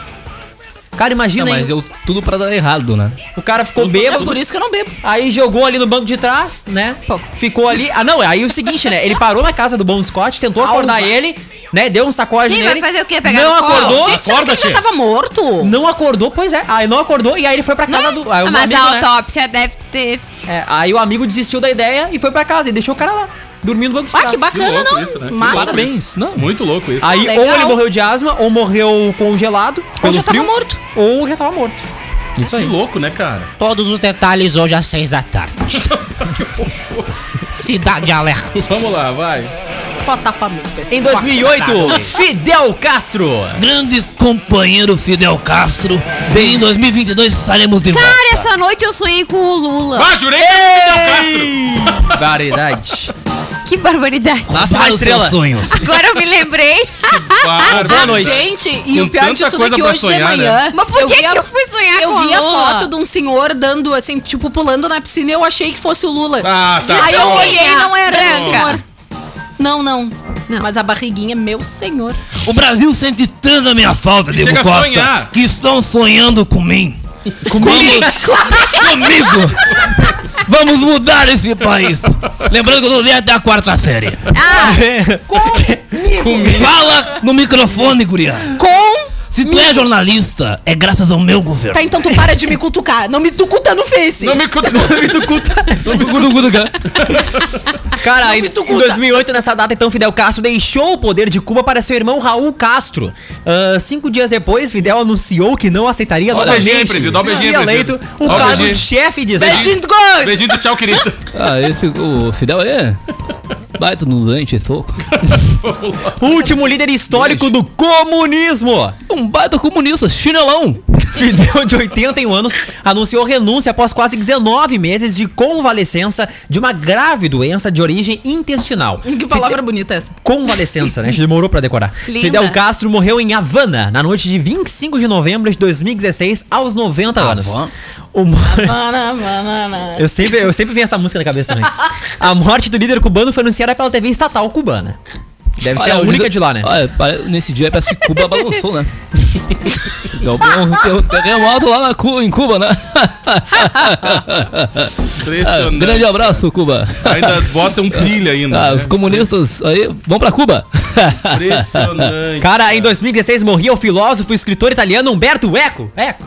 S5: Cara, imagina,
S6: Não, mas
S5: hein?
S6: eu tudo pra dar errado, né?
S5: o cara ficou
S9: É
S5: bêbado,
S9: por isso que eu não bebo.
S5: Aí jogou ali no banco de trás, né?
S9: Pouco.
S5: Ficou ali. Ah, não, aí o seguinte, né? Ele parou na casa do Bon Scott, tentou acordar ele, né? Deu um sacode
S7: Sim,
S5: nele.
S7: vai fazer o quê? Pegar
S5: não
S7: no colo?
S5: acordou.
S9: Gente, será que ele já
S6: tia.
S9: tava morto? Ah,
S5: Não acordou, pois é. Aí não acordou e aí ele foi pra casa
S7: Não, é? Ah,
S5: do. Aí, o
S7: mas
S5: amigo,
S7: a
S5: né?
S7: autópsia deve ter.
S5: É, aí o amigo desistiu da ideia e foi pra casa e deixou o cara lá, dormindo no banco de
S9: Ah,
S5: trás.
S9: que bacana,
S4: louco
S9: não.
S4: isso, né? Que
S9: Massa.
S6: Parabéns. Não.
S4: Muito louco isso.
S5: Aí
S9: Legal.
S5: ou ele morreu de asma, ou morreu congelado, pelo
S9: já tava
S5: frio,
S9: morto.
S5: ou já tava morto. Isso
S4: Que
S5: aí.
S4: louco, né, cara?
S11: Todos os detalhes hoje às seis da tarde. Cidade Alerta.
S4: Vamos lá, vai.
S9: Botar tá pra mim, pessoal.
S5: Em 2008, Fidel Castro.
S11: Grande companheiro Fidel Castro. Em 2022 estaremos
S9: Tá.
S11: de volta.
S7: Cara, essa noite eu sonhei com o Lula.
S4: Ah, jurei que
S5: É.
S4: era o Fidel Castro.
S5: Ei! Variedade.
S7: Que barbaridade.
S5: Nossa,
S11: Para
S5: uma
S11: os
S5: estrela.
S11: seus sonhos.
S7: Agora eu me lembrei. Ah,
S4: Claro.
S5: Boa noite.
S9: Gente, e
S4: Com
S9: o pior de
S4: tanta
S9: tudo é
S4: coisa
S9: que
S4: pra
S9: hoje de
S4: sonhar, né?
S9: manhã.
S7: Mas por que,
S9: vi a-
S7: que eu fui sonhar
S9: Eu
S7: com
S9: vi a
S7: Lula?
S9: foto de um senhor dando, assim, tipo, pulando na piscina e eu achei que fosse o Lula.
S4: Ah, tá.
S9: Aí eu
S7: Branca,
S9: olhei e não era o
S7: branca.
S9: senhor. Não, não, Mas a barriguinha, meu senhor.
S11: O Brasil sente tanta minha falta, Diego
S4: chega a
S11: Costa,
S4: sonhar.
S11: que estão sonhando com mim. Comigo. Comigo. Vamos mudar esse país. Lembrando que eu tô desde a quarta série.
S7: Ah.
S9: Ah,
S11: Fala no microfone, guria.
S9: Com...
S11: Se tu é jornalista, é graças ao meu governo.
S9: Tá, então tu para de me cutucar. Não me tucuta no Face.
S4: Não me conta.
S5: Cara, em, em 2008, nessa data, então, Fidel Castro deixou o poder de Cuba para seu irmão Raul Castro. Ah, cinco dias depois, Fidel anunciou que não aceitaria
S4: Dá um beijinho aí, presídio, dá um beijinho
S5: seria
S4: aí, presídio.
S5: eleito o
S4: Dá um
S5: cargo
S4: beijinho.
S5: de chefe de Estado.
S9: Beijinho do gol.
S4: Beijinho do tchau, querido.
S6: Ah, esse, o Fidel aí. é Baita no dente, soco.
S5: Último líder histórico do comunismo.
S6: Um baita comunista, chinelão.
S5: Fidel, de 81 anos, anunciou renúncia após quase 19 meses de convalescença de uma grave doença de origem intestinal.
S9: Hum, Que palavra bonita essa.
S5: Convalescença, né? A gente demorou pra decorar.
S7: Linda.
S5: Fidel Castro morreu em Havana na noite de 25 de novembro de 2016, aos 90 anos. O mo-
S9: Mana, manana.
S5: eu sempre, eu sempre vi essa música na cabeça também. A morte do líder cubano foi anunciada pela TV estatal cubana. Que Deve ser
S6: Olha,
S5: a
S6: o
S5: única
S6: José-
S5: de lá, né?
S6: Olha, pare- nesse dia parece que Cuba balançou, né? Deu um ter- um terremoto lá na Cu- em Cuba, né? Ah,
S4: Impressionante.
S6: grande abraço, Cuba.
S4: Ainda bota um trilho ainda.
S6: Ah,
S4: né?
S6: os comunistas aí vão pra Cuba.
S4: Impressionante.
S5: Cara, em 2016 morria o filósofo e escritor italiano Humberto Eco. Eco.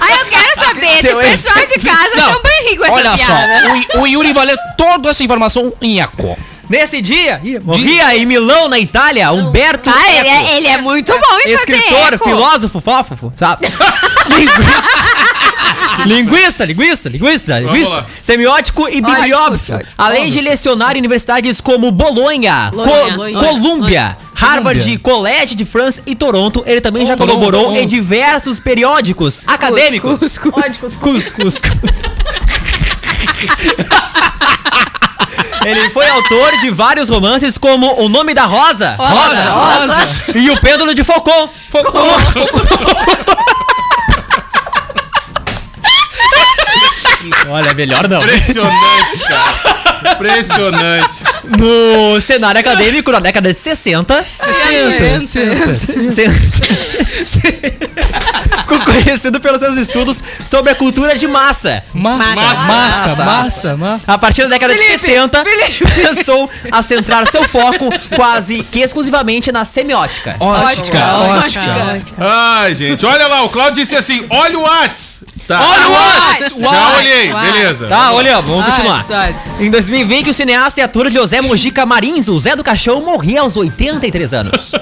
S7: Aí eu quero saber se o pessoal de casa
S11: Não,
S7: também ri com um essa
S11: Olha só,
S7: piada.
S11: o, I- o Yuri vai ler toda essa informação em eco.
S5: Nesse dia, ih, morria em Milão, na Itália, Humberto
S7: Ah, ele
S5: Eco.
S7: é, ele é muito bom em fazer
S5: Escritor,
S7: eco.
S5: filósofo, fófofo, sabe? linguista, linguista, linguista, linguista.
S4: lá.
S5: Semiótico e bibliógrafo.
S7: ótimo, ótimo.
S5: Além de lecionar em universidades como Bolonha,
S9: Bolonha,
S5: Co-
S9: Bolonha.
S5: Colômbia, Harvard, College de France e Toronto, ele também já colaborou em diversos periódicos acadêmicos.
S9: Óticos.
S5: Cus, cus, cus. Ele foi autor de vários romances como O Nome da Rosa,
S9: Rosa, rosa.
S5: e O Pêndulo de Foucault. Foucault. Olha, melhor não.
S4: Impressionante, cara. Impressionante.
S5: No cenário acadêmico na década de 60,
S9: Senta, senta.
S5: Senta. Com ficou conhecido pelos seus estudos sobre a cultura de massa.
S11: Massa, massa, massa, massa.
S5: A partir da década de 70, pensou a centrar seu foco quase que exclusivamente na semiótica.
S11: Ótica, ótica.
S4: Ai, gente, olha lá, o Claudio disse assim: olha o Whats. Tá.
S11: Olha o Whats!
S4: Já
S11: Whats,
S4: olhei,
S11: Whats.
S4: beleza.
S5: Tá, olha, vamos continuar.
S9: Antes, antes.
S5: Em 2020, o cineasta e ator José Mojica Marins, o Zé do Caixão, morria aos 83 anos.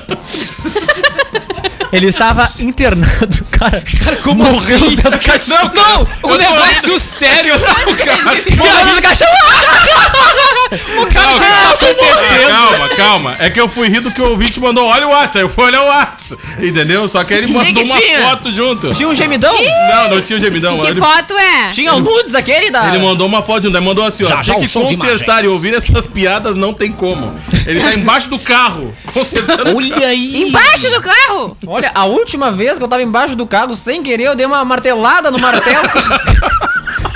S5: Ele estava internado, cara. Cara, como morreu o Zé do Caixão?
S4: Não, não,
S11: Um negócio sério.
S6: Tá
S5: Morreu o Zé do Caixão! Ah,
S6: Tá
S4: Calma,
S5: assim?
S4: calma, calma. É que eu fui rir do que o ouvinte mandou. Olha o WhatsApp. Eu fui olhar o WhatsApp. Entendeu? Só que ele mandou
S5: que
S4: uma
S5: tinha?
S4: foto junto.
S5: Tinha um gemidão?
S4: Não, não tinha o gemidão.
S7: Que
S4: ele,
S7: foto é?
S5: Tinha o nudes aquele da...
S4: ele mandou uma foto junto. Ele mandou assim, ó.
S8: Já, já
S4: tem
S8: o
S5: um
S4: que
S8: som de
S4: consertar e
S8: imagens."
S4: ouvir essas piadas não tem como. Ele tá embaixo do carro. Consertando.
S11: Olha aí.
S7: Embaixo do carro?
S5: Olha, a última vez que eu tava embaixo do carro, sem querer, eu dei uma martelada no martelo.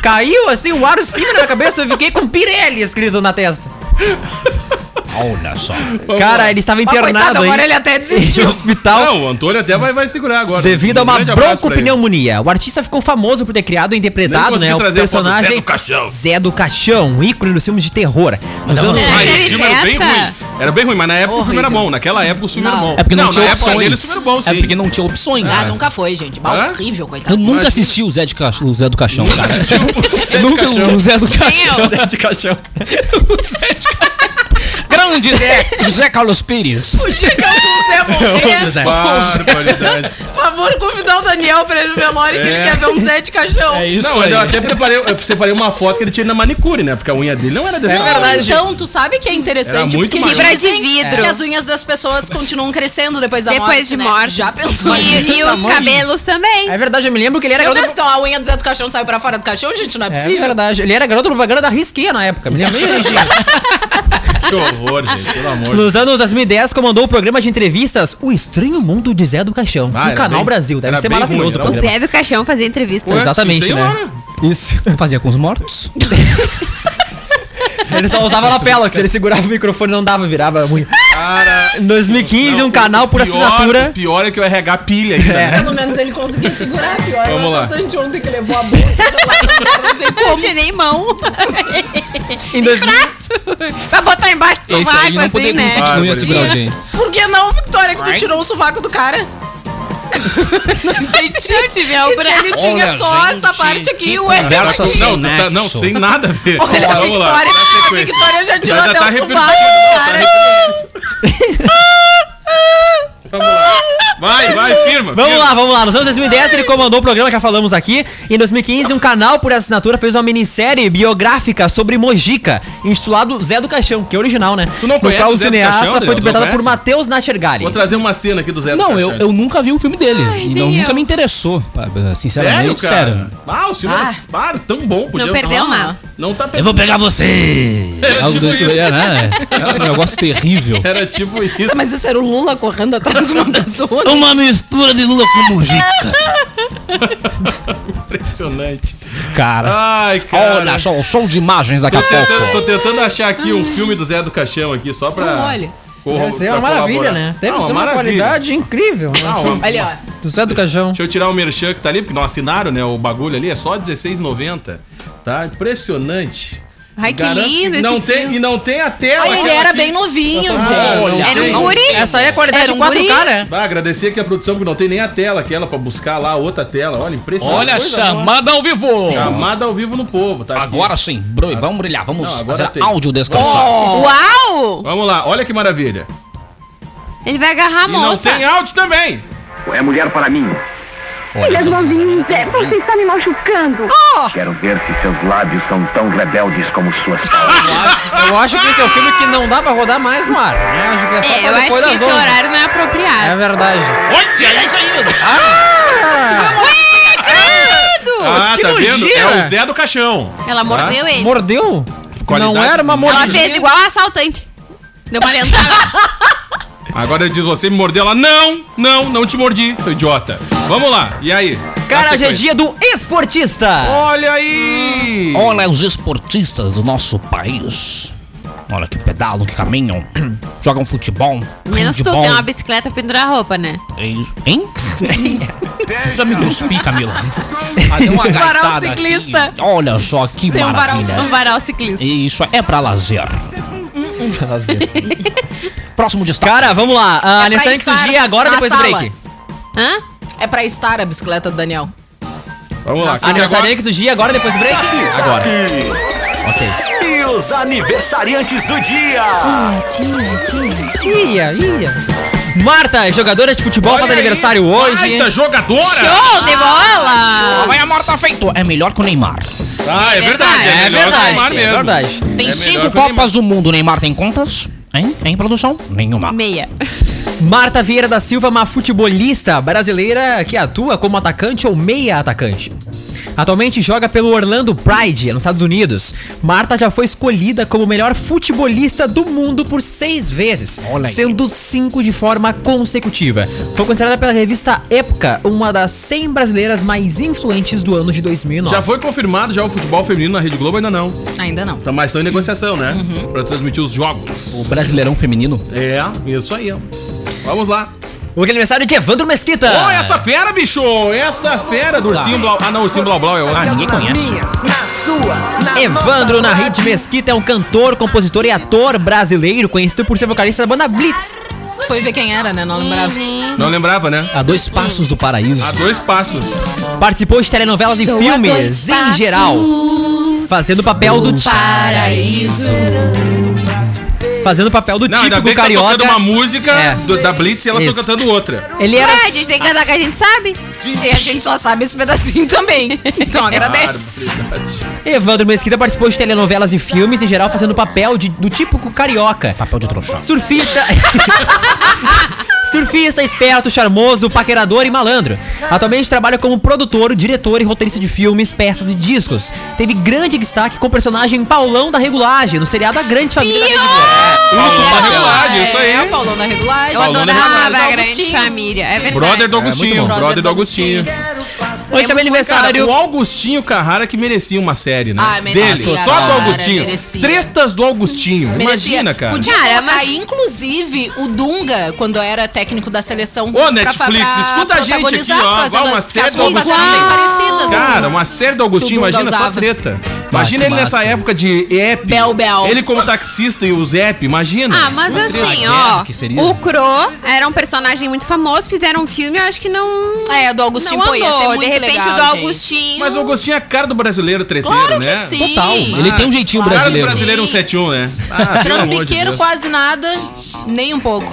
S5: Caiu assim o ar em cima da minha cabeça, eu fiquei com Pirelli escrito na testa.
S8: Olha só.
S5: Cara, ele estava
S9: Ah,
S5: internado
S9: coitado, agora
S5: hein,
S9: ele até
S5: em
S9: desistiu.
S5: hospital.
S4: Não, o Antônio até vai, vai segurar agora. um
S5: Devido a uma
S4: grande abraço pra ele.
S5: broncopneumonia. O artista ficou famoso por ter criado e interpretado,
S4: Nem consegui
S5: né, o
S4: trazer a foto do Zé
S5: personagem
S4: do Caixão.
S5: Zé do Caixão, um ícone dos filmes de terror. Nos anos
S7: Zé.
S4: Ah,
S7: Teve
S4: esse filme era bem
S7: festa?
S4: ruim. Era bem ruim, mas na época o filme era
S9: Horrível.
S4: bom. Naquela época o filme
S9: Não.
S4: era bom.
S6: É porque não, tinha
S4: na época
S6: opções.
S4: dele o filme era bom, sim.
S6: é porque não tinha opções.
S9: Ah,
S6: né?
S9: nunca foi, gente. Bah,
S4: Hã?
S9: horrível, coitado.
S6: Eu nunca assisti o Zé, de Cach... o Zé do Caixão, cara. Nunca o Zé do Caixão.
S5: Zé do Caixão.
S6: O Zé de Caixão. Grande Zé. José Carlos Pires.
S9: O dia que o Zé morrer,
S5: Zé.
S4: Barbaridade.
S9: por favor, convidar o Daniel pra ele no velório, que ele quer ver um Zé de caixão.
S4: É
S6: isso
S4: Não, eu até preparei, eu separei uma foto que ele tinha na manicure, né? Porque a unha dele não era
S5: É
S4: dessa
S9: Não,
S4: tamanho.
S9: então, tu sabe que é
S4: Era
S9: interessante
S4: muito
S9: porque
S4: mais-
S7: Fibra de
S9: dizem
S7: vidro.
S9: que as unhas das pessoas continuam crescendo depois da morte.
S7: É. Depois de
S9: né?
S7: morte.
S9: Já pensou nisso?
S7: E, e os
S5: tamanho.
S7: cabelos
S9: assim.
S7: também.
S5: É verdade, eu me lembro que ele era
S9: Meu
S5: garoto...
S9: Deus, então a unha do Zé do Caixão saiu pra fora do caixão, gente, não é
S5: É
S9: possível.
S5: verdade, ele era garoto propaganda da Risquinha na época, me lembro bem direitinho.
S4: Que horror, gente. Pelo amor de Deus.
S5: Nos anos 2010, comandou o programa de entrevistas O Estranho Mundo de Zé do Caixão,
S4: Ah,
S5: no
S4: era
S5: Canal
S4: bem-
S5: Brasil. Deve
S4: era
S5: ser
S4: bem ruim,
S5: maravilhoso
S4: era
S5: o
S7: O
S5: programa.
S7: Zé do Caixão fazia entrevista.
S4: Ué,
S5: Exatamente,
S4: sim,
S5: né?
S4: senhora.
S5: Isso.
S6: Fazia com os mortos.
S5: Ele só usava lapela, que se ele segurava o microfone não dava, virava muito.
S4: Cara,
S5: Em 2015, um canal por
S4: pior-
S5: assinatura.
S4: O pior é que o RH pilha ainda. né?
S9: Pelo menos ele conseguiu segurar pior.
S4: Vamos
S9: o
S4: lá.
S9: assaltante ontem que levou a bolsa. sei lá, não sei
S7: Não
S9: como.
S7: tinha nem mão.
S5: Em 2000
S7: pra botar embaixo do
S6: Esse aí
S7: vácuo,
S6: não,
S7: assim,
S6: poderia
S7: né?
S6: conseguir, não ia
S4: Bárbaro.
S6: segurar a audiência.
S9: Por que não, Victoria, que tu tirou o sovaco do cara? não entendi.
S7: Se eu tiver o
S9: E se ele
S7: branco.
S9: tinha
S6: Olha,
S9: só
S6: gente,
S9: essa parte aqui,
S6: que
S9: ué.
S4: Não,
S6: conversa
S4: não, não, tá- não, sem nada a ver.
S9: Olha a
S4: Vamos lá,
S9: Victoria.
S4: na
S9: A
S4: sequência.
S9: Victoria já tirou
S4: Já
S9: até
S4: tá
S9: o
S4: repetindo,
S9: sovaco do cara.
S4: Vamos lá. Vai, vai, firma.
S5: Vamos
S4: firma.
S5: lá, vamos lá. Nos anos 2010 ele comandou o programa que já falamos aqui. Em 2015, um canal por assinatura fez uma minissérie biográfica sobre Mojica, intitulado Zé do Caixão, que é original, né?
S4: Tu não
S5: No
S4: conhece
S5: qual
S4: o
S5: o
S4: Zé do
S5: cineasta
S4: Caixão,
S5: foi
S4: Adriano? Tu não
S5: interpretado por
S4: conhece?
S5: Matheus Nachergali.
S4: Vou trazer uma cena aqui do Zé. do
S6: Não, eu,
S4: Caixão.
S6: eu nunca vi o filme dele. e não,
S7: nem
S6: nunca
S7: eu.
S6: me interessou. pá,
S4: Sério,
S6: Sinceramente, sério.
S4: cara? Ah, o filme era claro, tão bom. podia-
S7: Não perdeu
S4: Ah,
S7: nada.
S4: Não tá
S11: Eu
S4: perdendo.
S11: vou pegar você.
S4: Era
S6: Algo
S4: tipo
S6: do tipo,
S4: isso.
S6: é, né? É um negócio terrível.
S4: Era tipo isso.
S9: Tá, Mas esse era o Lula correndo atrás de uma pessoa.
S11: Uma mistura de Lula com Mujica.
S4: Impressionante.
S6: Cara.
S4: Ai, cara.
S6: Olha só, o show de imagens daqui a
S4: Tentando-
S6: pouco.
S4: tô tentando achar aqui um filme do Zé do Caixão aqui, só pra.
S9: Não, olha.
S4: corro-
S5: Deve ser
S4: pra
S5: uma maravilha,
S4: colaborar.
S5: né? Deve
S4: Ah,
S5: ser uma
S4: maravilha.
S5: qualidade incrível. né?
S4: Ah, uma-
S9: Olha, ó.
S5: Do Zé do Caixão.
S4: Deixa eu tirar o merchan que tá ali, porque não assinaram, né? O bagulho ali é só R$16,90. Tá? Impressionante.
S7: Ai, que
S4: Garanto
S7: lindo esse
S4: não tem,
S7: filme.
S4: E não tem a tela.
S9: Olha, ele
S4: aquela
S9: era
S4: que-
S9: bem novinho,
S4: Ah,
S9: gente.
S4: olha,
S7: Era
S4: gente.
S7: um guri.
S5: Essa aí é a qualidade
S7: Era
S5: de
S7: um
S5: 4K,
S7: guri.
S5: né?
S4: Bah, agradecer aqui a produção que não tem nem a tela, aquela pra buscar lá a outra tela. Olha, impressionante.
S6: Olha a
S4: Coisa
S6: chamada ao vivo.
S4: boa. Chamada ao vivo no povo, tá? aqui.
S6: Agora sim, bro, vamos brilhar, vamos
S4: Não, agora
S6: fazer
S4: tem.
S6: áudio descansar.
S7: Uau!
S4: Vamos lá, olha que maravilha.
S7: Ele vai agarrar a
S4: E não
S7: moça.
S4: tem áudio também.
S2: É mulher para mim.
S6: Olha só.
S12: é, Você está me machucando.
S2: Quero ver se seus lábios são tão rebeldes como suas palavras.
S5: Eu acho que esse é o filme que não dá pra rodar mais no ar. Né? Acho que é só
S7: É,
S5: pra
S7: eu acho
S5: depois
S7: que
S5: das
S7: esse
S5: 11.
S7: horário não é
S5: É
S7: apropriado.
S5: verdade.
S6: Olha isso aí, meu Deus.
S4: Ah,
S5: que
S4: tá vendo?
S5: nojeira.
S4: É o Zé do Caixão.
S7: Ela mordeu ele.
S5: Mordeu? Não
S4: Qualidade
S5: era uma
S4: mínima.
S5: mordida.
S7: Ela fez igual a assaltante. Deu uma lentada.
S4: Agora diz você me mordeu lá. Não, não, não te mordi, seu idiota. Vamos lá, e aí?
S5: Cara,
S4: A
S5: hoje é
S4: sequência.
S5: dia do esportista.
S4: Olha aí!
S6: Olha os esportistas do nosso país. Olha que pedalam, que caminham, jogam futebol.
S13: Menos tu,
S6: handball.
S13: tem uma bicicleta pra pendurar roupa, né?
S6: Eles- Hein? Já me cuspi, Camila. Ah, deu uma
S13: Varal
S6: gaitada
S13: um
S6: aqui.
S13: ciclista.
S6: Olha só que
S13: Tem um varal,
S6: maravilha.
S13: um varal ciclista.
S6: E Isso é pra lazer. Próximo destaque.
S5: Cara, vamos lá. A
S7: É pra
S5: Alessandra que
S7: estar
S5: surgia agora
S7: na
S5: depois do
S7: sala.
S5: break.
S13: Hã?
S7: É pra estar a bicicleta do Daniel.
S4: Vamos
S7: lá,
S5: A
S7: quem que
S5: aniversariante
S7: agora?
S5: que surgia agora depois do break?
S3: Zap,
S5: Agora.
S3: Ok. E os aniversariantes do dia.
S5: Ia, ia. Marta, jogadora de futebol, faz aniversário hoje.
S4: Baita jogadora!
S13: Show de bola!
S7: Ah!
S6: Vai a morta feito. É melhor que o Neymar.
S4: Ah, é verdade.
S5: É
S4: melhor
S5: verdade,
S4: tomar
S5: é
S4: mesmo.
S5: verdade.
S6: Tem
S4: É
S6: cinco
S4: melhor que o
S6: Copas do Mundo. O Neymar tem quantas? Hein? Em produção? Nenhuma.
S13: Meia.
S5: Marta Vieira da Silva, uma futebolista brasileira que atua como atacante ou meia atacante. Atualmente joga pelo Orlando Pride, nos Estados Unidos. Marta já foi escolhida como melhor futebolista do mundo por seis vezes,
S6: Olha aí.
S5: sendo cinco de forma consecutiva. Foi considerada pela revista Época uma das 100 brasileiras mais influentes do ano de 2009.
S4: Já foi confirmado já o futebol feminino na Rede Globo? Ainda não.
S7: Ainda não.
S4: Tá, mas estão em negociação, né?
S5: Uhum.
S4: Pra transmitir os jogos.
S14: O Brasileirão Feminino.
S4: É, isso aí, ó. Vamos lá.
S5: O aniversário de Evandro Mesquita.
S4: Ó, essa fera, bicho! Essa fera do ursinho Blau. Ah, não, ursinho Blau Blau é outro.
S6: Ah, ninguém conhece.
S5: Evandro Narrite Mesquita é um cantor, compositor e ator brasileiro conhecido por ser vocalista da banda Blitz.
S7: Foi ver quem era, né? Não lembrava.
S4: Não lembrava, né?
S14: A dois passos do paraíso.
S4: Há dois passos.
S5: Participou de telenovelas e
S13: Estou a
S5: filmes
S13: dois
S5: em geral,
S13: passos
S5: fazendo o papel do
S13: do Paraíso.
S5: fazendo o papel do
S4: Não, ainda
S5: típico
S4: bem que tá
S5: carioca.
S4: tocando uma música
S5: É.
S4: do- da Blitz e ela
S5: Isso.
S4: tá cantando outra.
S5: Ele era
S13: Ué, a gente tem que cantar que a gente sabe?
S7: E a gente só sabe esse pedacinho também. Então
S4: Ah,
S7: agradece.
S4: Barbaridade.
S5: Evandro Mesquita participou de telenovelas e filmes em geral, fazendo o papel de- do típico carioca.
S6: Papel de trouxa.
S5: Surfista. Surfista, esperto, charmoso, paquerador e malandro. Atualmente trabalha como produtor, diretor e roteirista de filmes, peças e discos. Teve grande destaque com o personagem Paulão da Regulagem, no seriado A Grande Família da Rede Globo.
S4: Paulão da regulagem,
S7: É,
S4: isso aí.
S7: É, o Paulão da regulagem.
S13: Eu
S4: Paulão da
S13: adorava
S7: Regulagem.
S13: a grande
S7: Augustinho.
S13: família. É verdade.
S4: Brother do Augustinho,
S7: bom.
S4: brother do Augustinho.
S5: Hoje também é
S4: Cara,
S5: aniversário.
S4: o Augustinho Carrara que merecia uma série, né?
S7: Ah, merecia,
S4: Dele, só
S7: cara,
S4: do Augustinho.
S7: merecia.
S4: Tretas do Augustinho.
S7: Merecia.
S4: Imagina, cara.
S7: Podia
S13: Cara,
S7: colocar,
S13: mas-
S7: inclusive, o Dunga, quando era técnico da seleção. Ô,
S4: Netflix, escuta a gente aqui, ó, vai uma série
S7: as
S4: do
S7: roupas
S4: Augustinho.
S7: eram bem parecidas.
S4: Cara,
S7: assim.
S4: uma série do Augustinho,
S7: Tudo
S4: imagina só
S7: usava.
S5: Ah,
S4: treta. Imagina
S14: que
S4: ele nessa
S14: massa.
S4: época de app.
S7: Bel, bel.
S4: Ele como taxista e os app, imagina.
S13: Ah, mas assim, ó.
S14: que seria?
S13: O Cro era um personagem muito famoso, fizeram um filme, eu acho que não.
S7: É, do Augustinho,
S13: não
S7: pô, ia ser
S13: andou.
S7: muito
S13: De repente
S7: legal,
S13: o do
S7: gente.
S13: Augustinho.
S4: Mas o Augustinho é a cara do brasileiro treteiro,
S7: Claro
S4: né?
S7: que sim.
S14: Total. Ele tem um jeitinho
S4: Cara do
S14: brasileiro.
S4: brasileiro é um 71, né? Ah, pelo amor de
S7: Trambiqueiro
S4: Deus.
S7: quase nada, nem um pouco.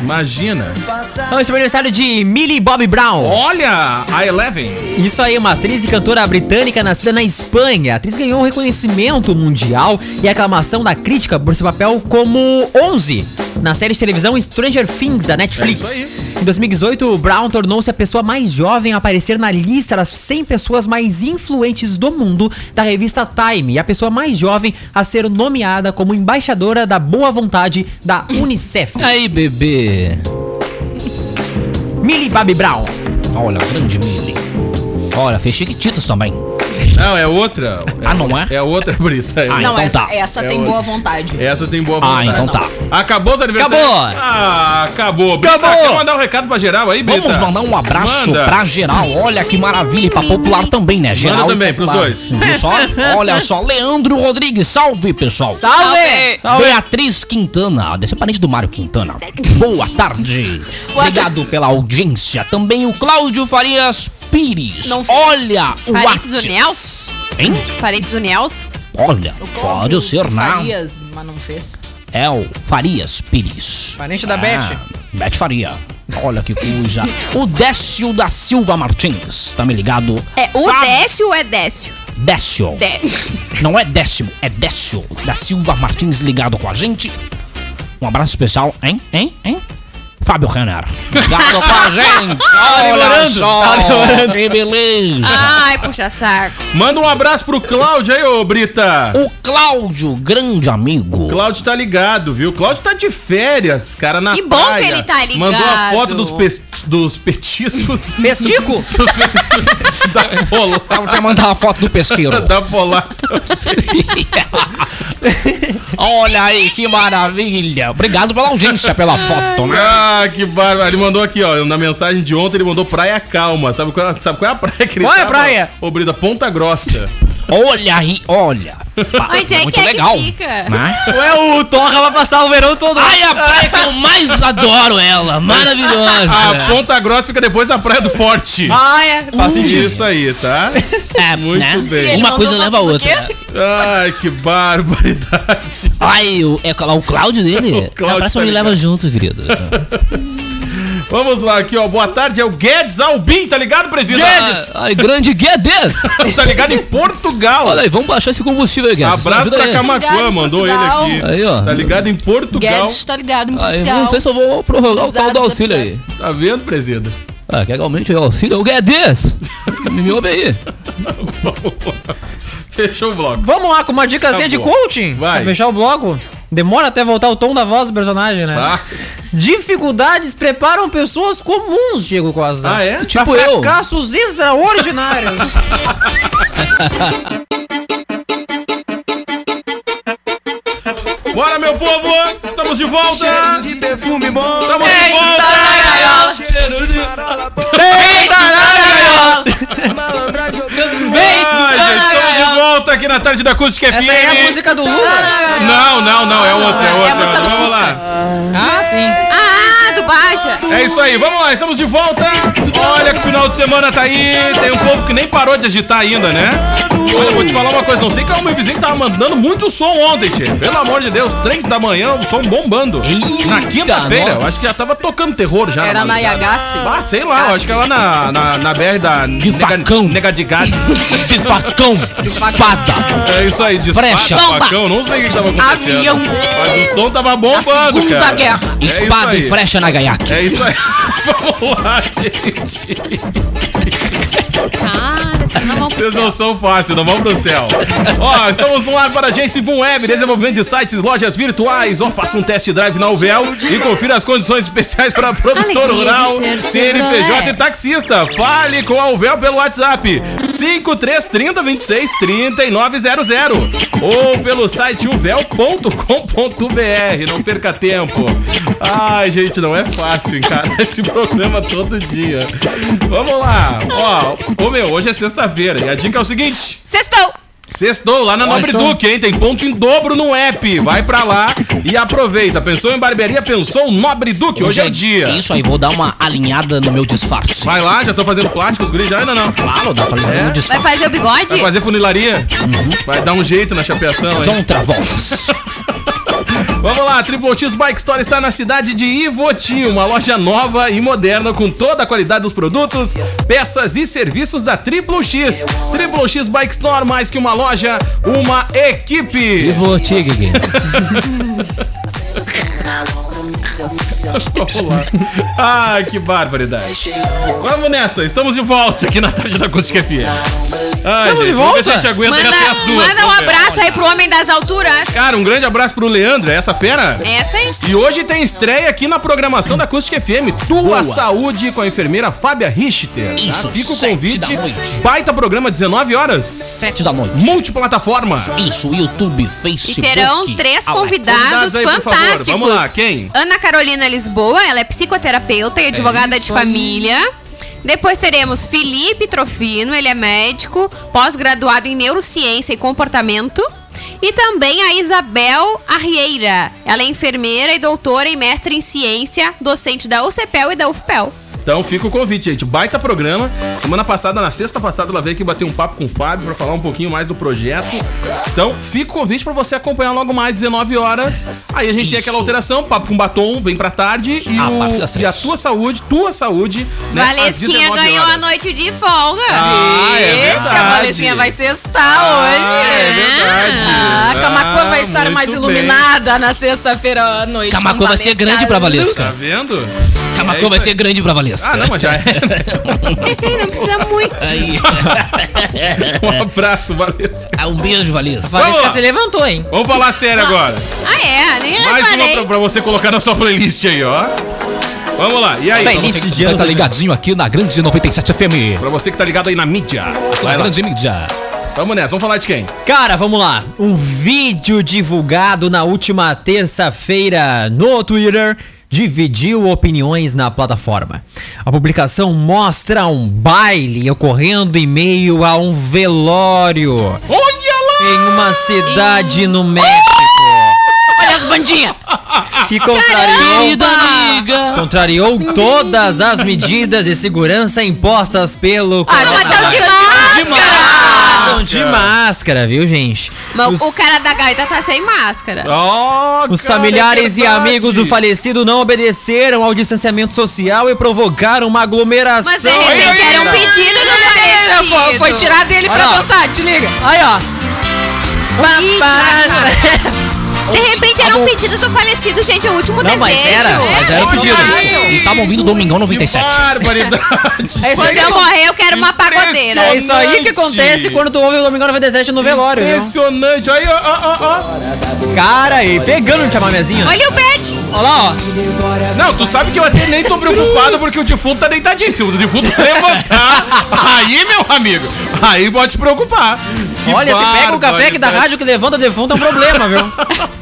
S4: Imagina.
S5: Hoje também é aniversário de Millie Bobby Brown.
S4: Olha, a Eleven.
S5: Isso aí, uma atriz e cantora britânica nascida na Espanha. A atriz ganhou um reconhecimento mundial e aclamação da crítica por seu papel como 11 na série de televisão Stranger Things da Netflix.
S4: É isso
S5: Em 2018, Brown tornou-se a pessoa mais jovem a aparecer na lista das 100 pessoas mais influentes do mundo da revista Time e a pessoa mais jovem a ser nomeada como embaixadora da boa vontade da Unicef.
S14: Aí, bebê.
S5: Millie Bobby Brown.
S6: Olha, grande Mili. Olha, fez Chiquititas também.
S4: Não, é outra.
S6: Ah, não é?
S4: É outra, Brita. É
S6: Ah,
S4: outra.
S7: não,
S6: então
S7: essa,
S6: tá.
S7: essa
S4: É
S7: tem
S4: hoje.
S7: boa vontade.
S4: Essa tem boa
S6: Ah,
S4: vontade.
S6: então tá.
S4: Acabou os aniversários?
S5: Acabou.
S4: Ah, acabou. Brita,
S6: Acabou.
S4: Quer mandar um recado pra geral aí, Brita?
S6: Vamos mandar um abraço
S4: Manda.
S6: pra geral. Olha que maravilha. E pra popular também, né? Geral e
S4: também, pros
S6: popular.
S4: dois.
S6: Viu só? Olha só, Leandro Rodrigues. Salve, pessoal.
S7: Salve!
S6: Beatriz Quintana, deve ser parente do Mário Quintana. Boa tarde. Obrigado pela audiência. Também o Cláudio Farias Pires.
S13: Não foi.
S6: Olha o
S13: Parente do
S6: Whats.
S13: Nelson?
S6: Hein?
S4: É.
S13: Parente do Nelson?
S6: Olha, pode ser, né?
S7: Farias, mas não fez.
S6: É o Farias Pires.
S5: Parente da
S6: Ah, Beth Faria. Olha que coisa. o Décio da Silva Martins. Tá me ligado?
S13: É o
S6: Fábio-
S13: Décio ou é Décio?
S6: Décio.
S13: Décio.
S6: Não é décimo, é Décio da Silva Martins ligado com a gente. Um abraço especial, hein? Hein? Hein?
S11: Fábio Renner.
S6: Obrigado pra gente.
S5: Tá
S6: Olha
S5: demorando,
S6: só.
S5: tá demorando.
S6: Que beleza.
S7: Ai, puxa saco.
S4: Manda um abraço pro Cláudio aí, ô Brita.
S6: O Cláudio, grande amigo.
S4: Cláudio tá ligado, viu? Cláudio tá de férias, cara, na
S7: Que bom que
S4: praia.
S7: ele tá ligado.
S4: Mandou a foto dos, pes- dos petiscos.
S5: Pestico?
S4: Dos petiscos da
S6: Eu vou te mandar uma foto do pesqueiro.
S4: da bolada.
S6: Olha aí, que maravilha. Obrigado pela audiência, pela foto, né?
S4: Ah, que bárbaro. Ele mandou aqui, ó. Na mensagem de ontem, ele mandou praia calma. Sabe qual, sabe qual é a praia que ele
S6: Qual é a
S4: tava?
S6: praia?
S4: Ô, Brita, Ponta Grossa.
S6: Olha aí, olha.
S7: Onde é
S6: muito
S7: que é
S6: legal.
S7: que fica?
S5: Ué, o Torra vai passar o verão todo.
S6: Ai, a praia que eu mais adoro ela.
S4: A
S6: Maravilhosa.
S4: Ah, Ponta Grossa fica depois da Praia do Forte.
S5: Ah, é. Faz sentido.
S4: Isso aí, tá?
S6: É,
S4: Muito
S6: né?
S4: bem.
S6: Uma coisa leva a outra.
S4: Ai, que barbaridade.
S6: Ai, o, é o Cláudio dele?
S4: Cláudio
S6: Na próxima
S4: tá
S6: me
S4: ligado.
S6: leva junto, querido.
S4: Vamos lá, aqui, ó. Boa tarde, é o Guedes Albin, tá ligado, presidente?
S6: Ai, ai, grande Guedes!
S4: tá ligado em Portugal.
S6: Olha aí, vamos baixar esse combustível aí, Guedes.
S4: Abraço
S6: Me ajuda
S4: pra
S6: aí.
S4: Camacuã,
S9: Ligado em
S4: mandou ele
S9: Portugal.
S4: aqui.
S6: Aí, ó.
S4: Tá ligado em Portugal.
S9: Guedes tá ligado em
S6: Ai,
S9: Portugal.
S6: não sei se eu vou prorrogar o tal
S9: Bizarro,
S6: do auxílio
S9: bizarro.
S6: aí.
S4: Tá vendo, presida?
S6: Ah, que legalmente é o auxílio é o Guedes! Me ouve aí.
S4: Tá Fechou o bloco.
S5: Vamos lá com uma dicasinha
S4: Tá
S5: de
S4: boa.
S5: coaching.
S4: Vai.
S5: Pra fechar o bloco. Demora até voltar o tom da voz do personagem, né?
S4: Tá?
S5: Dificuldades preparam pessoas comuns, Diego Costa.
S4: Ah, é?
S5: Pra
S6: Tipo eu.
S5: fracassos extraordinários.
S4: Bora, meu povo! Estamos de volta! Estamos de
S7: tá
S4: volta! né? Ai, Ah, gente, estamos de volta aqui na tarde da Acústica FM.
S5: Essa é a música do Lula.
S4: Não, não, não, é outra, é outra.
S9: É a música do
S4: Vamos
S9: Fusca.
S4: lá.
S5: Ah, sim.
S7: Ah, do Baixa.
S4: É isso aí, vamos lá, estamos de volta. Olha que o final de semana tá aí. Tem um povo que nem parou de agitar ainda, né? Olha, eu vou te falar uma coisa, não sei qual é o meu vizinho que tava mandando muito som ontem, tchê. Pelo amor de Deus, três da manhã, o som bombando. na quinta-feira, eu
S6: nossa.
S4: acho que já tava tocando terror já.
S9: Era na
S4: madrugada.
S9: Yagasse.
S4: Ah, sei lá, eu acho que é lá na, na, na BR da
S6: De facão.
S4: Nega de gato.
S6: De facão, espada.
S4: É isso aí, de
S6: Frecha.
S4: espada, facão, não sei o que tava acontecendo.
S9: Avião.
S4: Mas o som tava bombando,
S9: A Segunda
S4: cara.
S9: Guerra.
S4: É isso
S6: Espada
S4: aí.
S6: e flecha na gaiaque.
S4: É isso aí. Vamos lá, gente.
S7: Cara, vocês não vão pro
S4: Vocês
S7: céu.
S4: não são fáceis, não vão pro céu. Ó, estamos no ar para a Agência Boom Web, desenvolvimento de sites, lojas virtuais. Ó, faça um test drive na UVL e confira as condições especiais para produtor
S7: Alegria de
S4: rural,
S7: ser
S4: CNPJ e
S7: Chevrolet.
S4: taxista. Fale com a UVL pelo WhatsApp 5330 26 3900 ou pelo site uvel.com.br. Não perca tempo. Ai, gente, não é fácil encarar esse programa todo dia. Vamos lá. Ó, ô meu, hoje é sexta-feira e a dica é o seguinte.
S7: Sextou.
S4: Sextou lá na Nobre Duque, hein? Tem ponto em dobro no app. Vai pra lá e aproveita. Pensou em barbearia, pensou em Nobre Duque. Hoje é o dia.
S6: Isso aí, vou dar uma alinhada no meu disfarce.
S4: Vai É. lá, já tô fazendo plásticos, guri, já ainda não.
S6: Claro, dá pra alinhar no meu
S7: Vai
S6: disfarce.
S7: fazer o bigode?
S4: Vai fazer funilaria? Vai dar um jeito na chapeação,
S5: Então-
S4: hein?
S6: John Travoltas.
S4: Vamos lá, a Triple X Bike Store está na cidade de Ivoti, uma loja nova e moderna com toda a qualidade dos produtos, peças e serviços da Triple X. Triple X Bike Store, mais que uma loja, uma equipe.
S6: E vou te, Guigui.
S4: Ah, que barbaridade. Vamos nessa, estamos de volta aqui na tarde da Acústica FM. Ai,
S5: Estamos
S4: vamos
S5: de
S4: ver
S5: volta?
S4: se a gente aguenta até as
S7: Manda,
S4: duas.
S7: manda um
S4: vamos ver.
S7: abraço aí pro homem das alturas.
S4: Cara, um grande abraço pro Leandro, é essa fera?
S7: Essa é
S4: E hoje tem estreia aqui na programação da Acústica FM, Tua Saúde, com a enfermeira Fábia Richter. Tá?
S6: Isso,
S4: Fica o
S6: sete
S4: convite.
S6: da noite.
S4: Baita programa, 19 horas.
S6: Sete da noite.
S4: Multiplataforma.
S6: Isso, YouTube, Facebook.
S7: E terão três
S6: Alexa.
S7: convidados
S4: Convidados aí, por favor.
S7: fantásticos.
S4: Vamos lá, quem?
S7: Ana Carolina Lisboa, ela é psicoterapeuta e advogada de família. Depois teremos Felipe Trofino, ele é médico, pós-graduado em neurociência e comportamento. E também a Isabel Arrieira, ela é enfermeira e doutora e mestre em ciência, docente da UCPEL e da UFPEL.
S4: Então fica o convite, gente. Baita programa. Semana passada, na sexta passada, ela veio aqui bater um papo com o Fábio pra falar um pouquinho mais do projeto. Então fica o convite pra você acompanhar logo mais, 19 horas. Aí a gente tem
S6: Isso.
S4: aquela alteração, papo com batom, vem pra tarde. E,
S6: A
S4: o-
S6: partir das
S4: e a
S6: três.
S4: tua saúde, tua saúde, né? às
S7: Valesquinha
S4: 19
S7: ganhou a
S4: horas.
S7: noite de folga.
S4: Ah,
S9: É, se a
S4: verdade. Ah,
S9: molezinha vai sextar hoje.
S7: né?
S9: É
S4: verdade.
S9: Ah, Camacuã
S4: Ah,
S9: vai estar mais
S4: muito
S9: iluminada na sexta-feira à noite.
S11: Camacuã
S9: com
S11: vai ser grande pra Valesca.
S4: Tá vendo?
S11: Camacuã vai ser grande pra Valesca.
S4: É Ah, não, mas já é.
S7: Esse aí não precisa muito.
S4: Um abraço, Valesca.
S6: é
S11: um beijo, Valesca.
S5: Valesca
S4: Vamos
S5: se
S4: lá.
S5: levantou, hein?
S4: Vamos falar sério agora.
S7: Ah, é? Nem
S4: Mais uma pra,
S7: reparei.
S4: pra você colocar na sua playlist aí, ó. Vamos lá, e aí?
S11: Pra você que tá ligadinho aqui na Grande 97 FM.
S4: Pra você que tá ligado aí na mídia.
S11: Na
S4: Vai lá.
S11: Grande Mídia.
S4: Vamos nessa, vamos falar de quem?
S5: Cara, vamos lá. Um vídeo divulgado na última terça-feira no Twitter dividiu opiniões na plataforma. A publicação mostra um baile ocorrendo em meio a um velório em uma cidade no México
S9: Olha as bandinhas.
S5: que contrariou
S11: Querida amiga.
S5: contrariou todas as medidas de segurança impostas pelo
S7: Ah, mas tá de máscara!
S5: Andam de máscara, viu, gente?
S7: Mas
S5: Os-
S7: o cara da gaita tá sem máscara.
S4: Oh,
S5: Os
S4: cara, é
S5: familiares e
S4: verdade.
S5: amigos do falecido não obedeceram ao distanciamento social e provocaram uma aglomeração.
S7: Mas de repente era um pedido do
S9: Foi,
S7: falecido.
S9: foi tirar dele pra
S5: Olha lá.
S9: dançar, te liga.
S5: Aí, ó.
S7: Ih,
S5: Pá,
S7: De repente era um pedido do falecido, gente. É o último
S5: Não,
S7: desejo. É.
S5: mas era, mas era um pedido.
S11: E estavam ouvindo Domingão
S4: Que
S11: 97.
S4: barbaridade.
S5: É isso aí
S7: Quando eu
S5: que-
S7: morrer, eu quero uma pagodeira.
S5: É isso aí que acontece quando tu ouve o Domingão 97 no velório, viu?
S4: Impressionante. Aí, ó, ó, ó,
S5: Cara aí, pegando de chamamezinho.
S7: Olha o pet!
S5: Olha lá, ó.
S4: ó. Não, tu sabe que eu até nem tô preocupado porque o defunto tá deitadinho. Se o defunto levantar, aí, meu amigo, aí pode te preocupar. Que
S5: Olha, se pega o café que da
S4: barbaridade.
S5: rádio que levanta defunto é um problema, viu?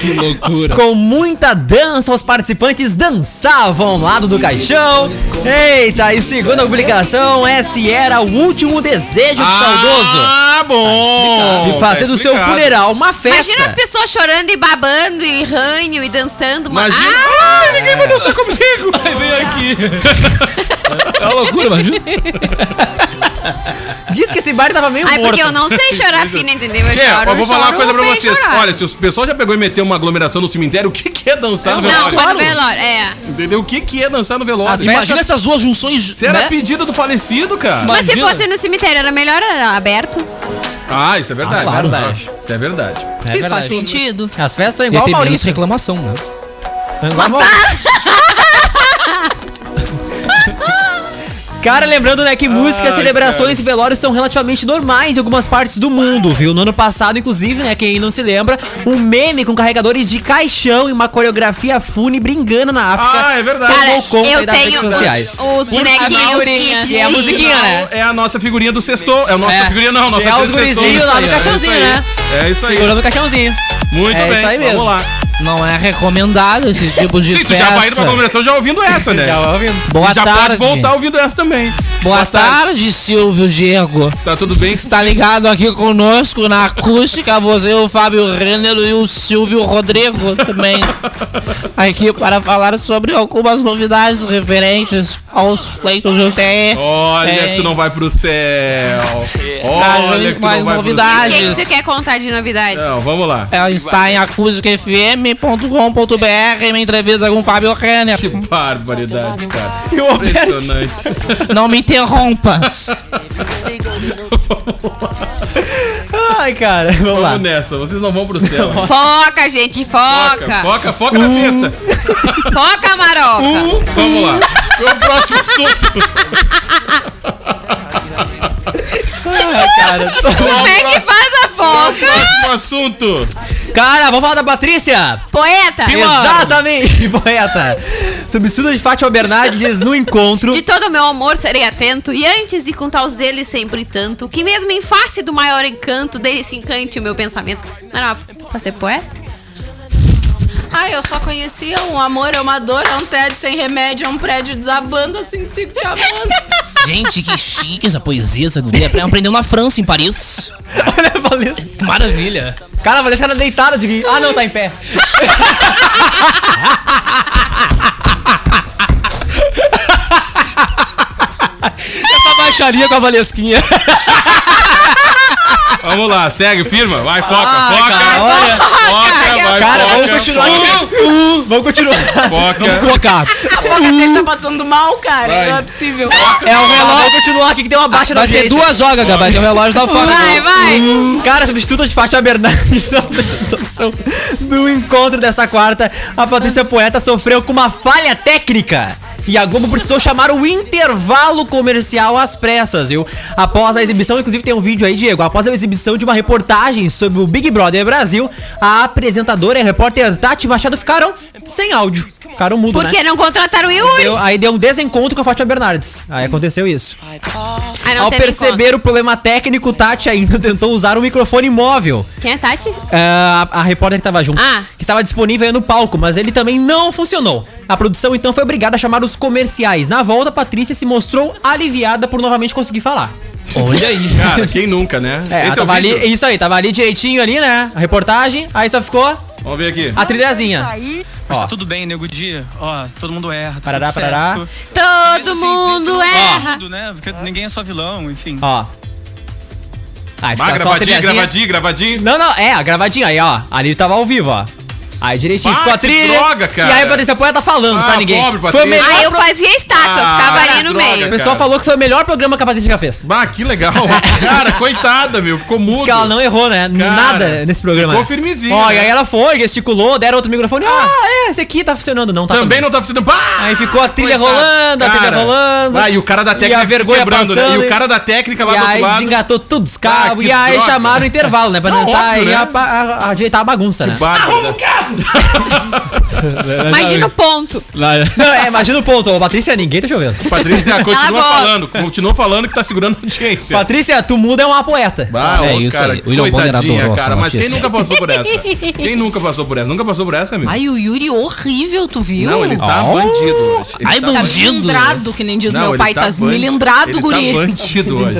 S11: Que loucura.
S5: Com muita dança, os participantes dançavam ao lado do caixão. Eita, e segundo a publicação, esse era o último
S4: Tá
S5: desejo do saudoso.
S4: Ah, bom.
S5: De fazer
S4: Tá
S5: do seu
S4: explicado.
S5: funeral uma festa.
S7: Imagina as pessoas chorando e babando e ranho e dançando. Uma...
S4: Imagina.
S7: Ah,
S4: Ah, ninguém vai dançar comigo.
S11: Aí vem aqui.
S6: É uma loucura, imagina.
S5: Diz que esse bar tava meio
S7: ai,
S5: morto.
S7: porque eu não sei chorar fina, entendeu? Eu
S4: É,
S7: choro,
S4: eu vou falar uma
S7: choro
S4: coisa pra
S7: bem
S4: vocês.
S7: chorado.
S4: Olha, se o pessoal já pegou e meteu uma aglomeração no cemitério, o que, que é dançar no
S7: Não,
S4: velório?
S7: foi no velório. É.
S4: Entendeu? O que, que é dançar no velório?
S5: As
S4: Imagina-
S11: Imagina essas duas junções.
S4: Se era
S11: né?
S4: pedido do falecido, cara.
S7: Mas se
S11: Imagina.
S7: fosse no cemitério, era melhor era aberto.
S4: Ah, isso é verdade.
S5: Ah, claro.
S4: Ah, Isso é verdade.
S5: É
S9: Isso faz
S7: assim,
S5: verdade.
S9: sentido.
S5: As festas são
S11: Ia
S5: igual o
S11: ter menos
S5: Maurício.
S11: reclamação, né?
S5: São igual o Maurício. Cara, lembrando, né, que músicas,
S4: Ai,
S5: celebrações e velórios são relativamente normais em algumas partes do mundo, viu? No ano passado, inclusive, né, quem não se lembra, um meme com carregadores de caixão e uma coreografia fúnebre engana na África.
S4: Ah, é verdade.
S7: Cara,
S5: tomou conta aí
S7: eu
S5: das
S7: tenho
S5: redes sociais.
S7: os, os bonequinhos
S9: Maurinha.
S7: kids.
S5: E a musiquinha, né?
S4: É a nossa figurinha do sextou. É a nossa
S5: É.
S4: figurinha, não. Nossa
S5: É os
S4: figurinha do sextou.
S5: gurizinhos lá
S4: Isso
S5: no
S4: aí, é
S5: caixãozinho,
S4: isso aí.
S5: né?
S4: É isso aí.
S5: Segurando o caixãozinho.
S4: Muito
S5: É
S4: bem.
S5: isso aí mesmo.
S4: Vamos lá.
S11: Não é recomendado esse tipo de
S4: Sim, tu já vai indo pra aglomeração já ouvindo essa, né?
S5: Já ouvindo.
S11: Boa
S4: E já
S11: tarde.
S4: pode voltar ouvindo essa também.
S11: Boa, tarde, Silvio Diego.
S4: Tá tudo bem?
S11: Está ligado aqui conosco na acústica, você, o Fábio Renner e o Silvio Rodrigo também. Aqui para falar sobre algumas novidades referentes aos pleitos de UTE.
S4: Olha que tu
S11: Ei.
S4: não vai pro céu. Olha que tu não
S11: mais
S4: vai pro céu.
S11: novidades.
S7: O que, que tu quer contar de novidade?
S4: Não, vamos lá.
S11: Ela é, está em acusticafm.com.br em uma entrevista com o Fábio Renner.
S4: Que barbaridade, cara.
S5: E o Alberto-
S4: Impressionante.
S11: Não me interrompas.
S5: Ai, cara, vamos lá.
S4: Vamos nessa, vocês não vão pro céu.
S7: Foca, gente, foca.
S4: foca,
S7: Foca,
S4: foca na
S11: Uh.
S4: sexta.
S7: maroca.
S5: Um,
S4: Vamos lá. Meu próximo assunto.
S5: Ai, cara. tô-
S7: Como é que faz a foca?
S4: Próximo assunto.
S5: Cara, vamos falar da Patrícia.
S7: Poeta.
S5: Exatamente, poeta. Substituta de Fátima Bernardes no encontro.
S7: De todo meu amor serei atento, e antes de contar os eles sempre tanto, que mesmo em face do maior encanto, desse encante o meu pensamento. Não era uma- pra ser poeta?
S9: Ah, eu só conhecia um amor, é uma dor, é um tédio sem remédio, é um prédio desabando assim, sigo te amando.
S11: Gente, que chique essa poesia, essa guria. Ela Aprendeu na França, em Paris.
S5: Olha a Valesca.
S11: Que maravilha.
S5: Cara, a Valesca era deitada de. Ah, não, tá em pé.
S11: Essa baixaria com a Valesquinha.
S4: Vamos lá, segue, firma. Vai, foca,
S11: Ah,
S4: foca.
S11: cara, olha.
S4: foca, vai,
S11: Cara,
S4: foca,
S11: vamos continuar aqui.
S4: Uh, uh, vamos continuar. Foca.
S11: Vamos focar.
S9: A foca dele tá passando mal, cara.
S11: Vai.
S9: Não é possível.
S11: É o relógio.
S5: Vamos continuar aqui que deu uma baixa
S11: Vai
S5: na
S11: ser
S5: audiência.
S4: é
S11: duas horas, Gabi, vai ter o relógio tá da Fox.
S5: Vai, né?
S7: vai.
S5: Cara, substituta de Fátima Bernardes na apresentação do encontro dessa quarta. A Patrícia Poeta sofreu com uma falha técnica. E a Globo precisou chamar o intervalo comercial às pressas, viu? Após a exibição, inclusive tem um vídeo aí, Diego. Após a exibição de uma reportagem sobre o Big Brother Brasil, a apresentadora e a repórter Tati Machado ficaram sem áudio. Ficaram mudo,
S7: Por
S5: né?
S7: que não contrataram o Yuri?
S5: Deu- aí deu um desencontro com a Fátima Bernardes. Aí aconteceu isso.
S7: Ah, não
S5: Ao
S7: teve
S5: perceber o problema técnico, Tati ainda tentou usar um microfone móvel.
S7: encontro. Quem é Tati?
S5: É, a, a repórter que tava junto,
S15: Ah.
S5: que estava disponível aí no palco, mas ele também não funcionou. A produção então foi obrigada a chamar os comerciais. Na volta, a Patrícia se mostrou aliviada por novamente conseguir falar.
S4: Olha aí. Cara, quem nunca, né?
S5: É, ela
S4: é o
S5: tava ali,
S4: vídeo.
S5: isso aí, tava ali direitinho ali, né? A reportagem, aí só ficou
S4: Vamos ver aqui.
S5: a trilhazinha.
S15: Mas
S5: Ó.
S15: tá tudo bem, nego dia. Ó, todo mundo erra. Tá
S5: Parará,
S15: tudo certo.
S5: parará.
S7: Todo
S4: assim,
S7: mundo
S15: Todo
S7: erra.
S15: mundo, né? Porque ninguém é só vilão, enfim.
S5: Ó. Aí
S4: Bah,
S5: fica só
S4: gravadinho,
S5: a trilhazinha.
S4: gravadinho, gravadinho.
S5: Não, não, é, a gravadinha aí, ó. Ali tava ao vivo, ó. Aí direitinho
S4: Bah,
S5: ficou a
S4: que
S5: trilha.
S4: droga, cara.
S5: E aí a Patrícia Poeta tá falando
S4: Ah,
S5: pra ninguém.
S4: pobre
S5: foi o
S4: Patrícia.
S5: melhor
S7: Aí eu
S5: pro-
S7: fazia estátua,
S4: Ah,
S7: ficava ali
S4: cara,
S7: no
S4: droga,
S7: meio.
S5: O pessoal falou que foi o melhor programa que a Patrícia já fez.
S4: Bah, que legal. Cara, coitada, meu. Ficou mudo.
S5: Diz que ela não errou, né? Nada nesse programa.
S4: ficou firmezinha,
S5: Ó,
S4: né?
S5: e aí ela foi, gesticulou, deram outro microfone. Ah, é, esse aqui tá funcionando. Não, tá
S4: Também não tá funcionando. Bah!
S5: Aí ficou a trilha rolando, a trilha
S4: Cara.
S5: rolando.
S4: Ah, e o cara da técnica
S5: e a
S4: se
S5: vergonha
S4: quebrando,
S5: passando.
S4: né? E o cara da técnica lá
S5: e
S4: do outro
S5: aí
S4: lado. Ah,
S5: desengatou todos os cabos.
S4: que
S5: e aí
S4: droga.
S5: chamaram o intervalo, né? Pra
S4: Não,
S5: tentar
S4: óbvio,
S5: aí
S4: né?
S5: a- a- a- ajeitar a bagunça, né?
S4: Arruma o
S7: Imagina o ponto.
S5: Não, é, imagina o ponto. Ô, Patrícia, ninguém tá chovendo.
S4: Patrícia,
S7: Ela
S4: continua
S7: volta.
S4: falando. Continua falando que tá segurando a audiência.
S5: Patrícia, tu muda é uma poeta.
S4: Ah,
S6: É
S4: ô,
S6: isso
S4: cara,
S6: aí. William Bonner
S4: coitadinha,
S6: adorou essa
S4: cara, mas quem
S6: notícia.
S4: nunca passou por essa? Quem nunca passou por essa? Nunca passou por essa, amigo?
S9: Ai, o Yuri horrível, tu viu?
S4: Não, ele tá
S6: Oh.
S4: bandido hoje. Ele
S9: Ai,
S4: tá
S9: bandido. milindrado, que nem diz
S4: Não,
S9: meu
S4: ele
S9: pai, tá
S4: ban-
S9: milindrado,
S4: ele
S9: guri.
S4: Tá bandido hoje.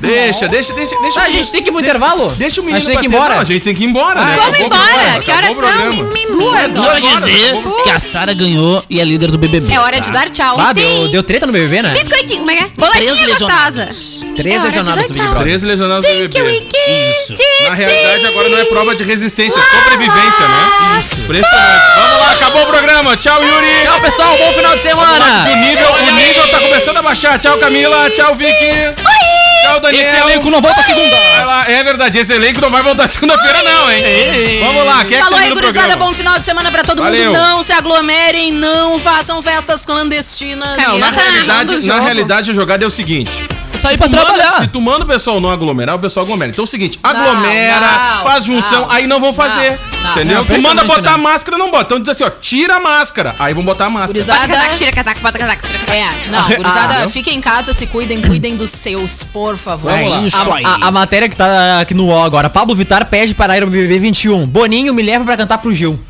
S4: Deixa, deixa, deixa, deixa.
S5: Ah,
S4: o
S5: a gente
S4: menino-
S5: tem que ir pro intervalo?
S4: Deixa o menino
S5: A gente tem que ir
S4: bater.
S5: embora?
S4: Não, a gente tem que ir embora, né?
S7: Vamos
S4: Acabou o
S7: embora.
S4: programa,
S7: Que
S4: acabou
S7: horas
S4: o
S7: só
S4: programa.
S7: Duas
S11: Só
S7: horas.
S11: dizer que a Sara ganhou e é líder do BBB.
S7: É hora de dar tchau.
S5: Ah,
S7: E tem
S5: deu, deu treta no BBB, né?
S7: Biscoitinho, como é que é?
S11: Tá. Três
S7: Bolachinha gostosa.
S11: lesionados.
S5: Três
S7: É hora de
S5: lesionados
S7: dar
S5: do Big
S7: tchau.
S5: Brother.
S4: Três lesionados do
S7: Tinky,
S4: BBB.
S7: wiki,
S4: Na realidade, agora não é prova de resistência, é sobrevivência, né? Isso. Impressionante. Vamos lá, acabou o programa. Tchau, Yuri.
S5: Tchau, pessoal. Bom final de semana.
S4: O nível, o nível tá começando a baixar. Tchau, Camila. Tchau, Vicky. Tchau, Daniel.
S11: é
S6: Esse elenco não volta segunda.
S4: Vai lá, É verdade, esse elenco não vai voltar segunda-feira, não, hein? Vamos lá, quer
S9: Falou aí,
S4: que
S9: gurizada, bom final de semana pra todo
S4: Valeu.
S9: mundo. Não se aglomerem, não façam festas clandestinas.
S4: Não,
S9: E
S4: na
S9: tá amando o
S4: realidade, na
S9: jogo. Ah.
S4: realidade a jogada é o seguinte.
S6: Sair pra
S4: Tu manda-
S6: trabalhar.
S4: se tu manda o pessoal não aglomerar, o pessoal aglomera. Então é o seguinte, aglomera,
S9: não,
S4: faz junção, aí não vão fazer.
S9: não.
S4: entendeu?
S5: É
S4: tu manda
S5: impressionante,
S4: botar
S5: né?
S4: a máscara, não bota. Então diz assim, ó, tira a máscara. Aí vão botar a máscara.
S9: Gurizada,
S7: Bota casaco, tira casaco, bota casaco, tira casaco.
S9: É, não, gurizada,
S5: Ah, não.
S9: fiquem em casa, se cuidem, cuidem dos seus, por favor.
S6: É
S5: Vamos lá. A, a- a matéria que tá aqui no O agora. Pablo Vittar pede para ir ao BBB 21. Boninho me leva pra cantar pro Gil.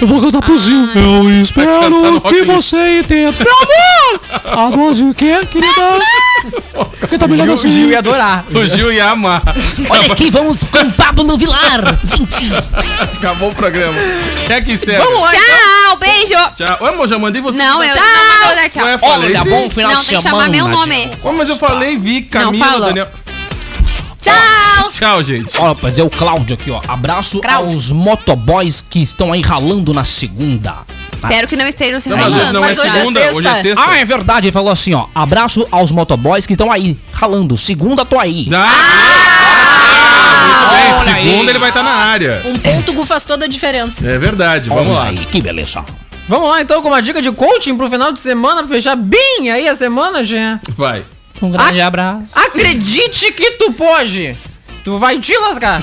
S11: Eu vou cantar pro Gil. Eu
S4: Vai cantar no
S11: espero
S4: Rock in
S11: que
S4: Rio.
S11: você entenda. Meu amor! Amor de quê, querida? Quem tá melhor
S5: Gil,
S11: assim?
S5: Gil ia adorar.
S4: O Gil ia amar. tá
S11: Olha aqui, vamos com Pablo Vilar. Gente.
S4: Acabou o programa. Quer que serve?
S5: Vamos lá, então.
S7: Tchau, beijo.
S4: Tchau. Ué, amor, já mandei você.
S7: Não, eu não vou dar tchau.
S9: é
S4: Ué, falei
S11: Olha,
S4: sim.
S11: bom final
S7: Não,
S11: de
S7: tem que
S11: semana.
S7: chamar meu nome.
S4: Ué, mas eu falei, vi, Camila,
S7: falou.
S4: Daniel.
S7: Tchau.
S4: Tchau, gente.
S6: Ó, pra dizer é o Cláudio aqui, ó. Abraço
S7: Cláudio.
S6: aos motoboys que estão aí ralando na segunda.
S7: Espero que não estejam se
S4: Não, mas hoje
S7: falando.
S4: não é
S9: mas hoje é
S4: segunda,
S9: sexta.
S4: hoje é sexta.
S6: Ah, é verdade, ele falou assim, ó. Abraço aos motoboys que estão aí ralando. Segunda, tô aí.
S4: Ah, ah, muito
S6: olha
S4: bem,
S6: aí.
S4: segunda ele vai estar na área.
S9: Um ponto gu faz toda a diferença.
S4: É verdade, vamos
S6: Olha
S4: lá.
S6: Aí, que beleza.
S5: Vamos lá então com uma dica de coaching pro final de semana, pra fechar bem aí a semana, Jean.
S4: Vai.
S6: Um grande abraço.
S5: Acredite que tu pode. Tu vai te lascar.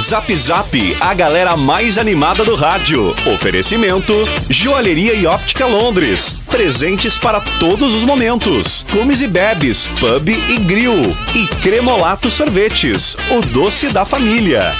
S3: Zap Zap, a galera mais animada do rádio. Oferecimento: Joalheria e Óptica Londres. Presentes para todos os momentos. Comes e bebes, pub e grill. E Cremolato Sorvetes, o doce da família.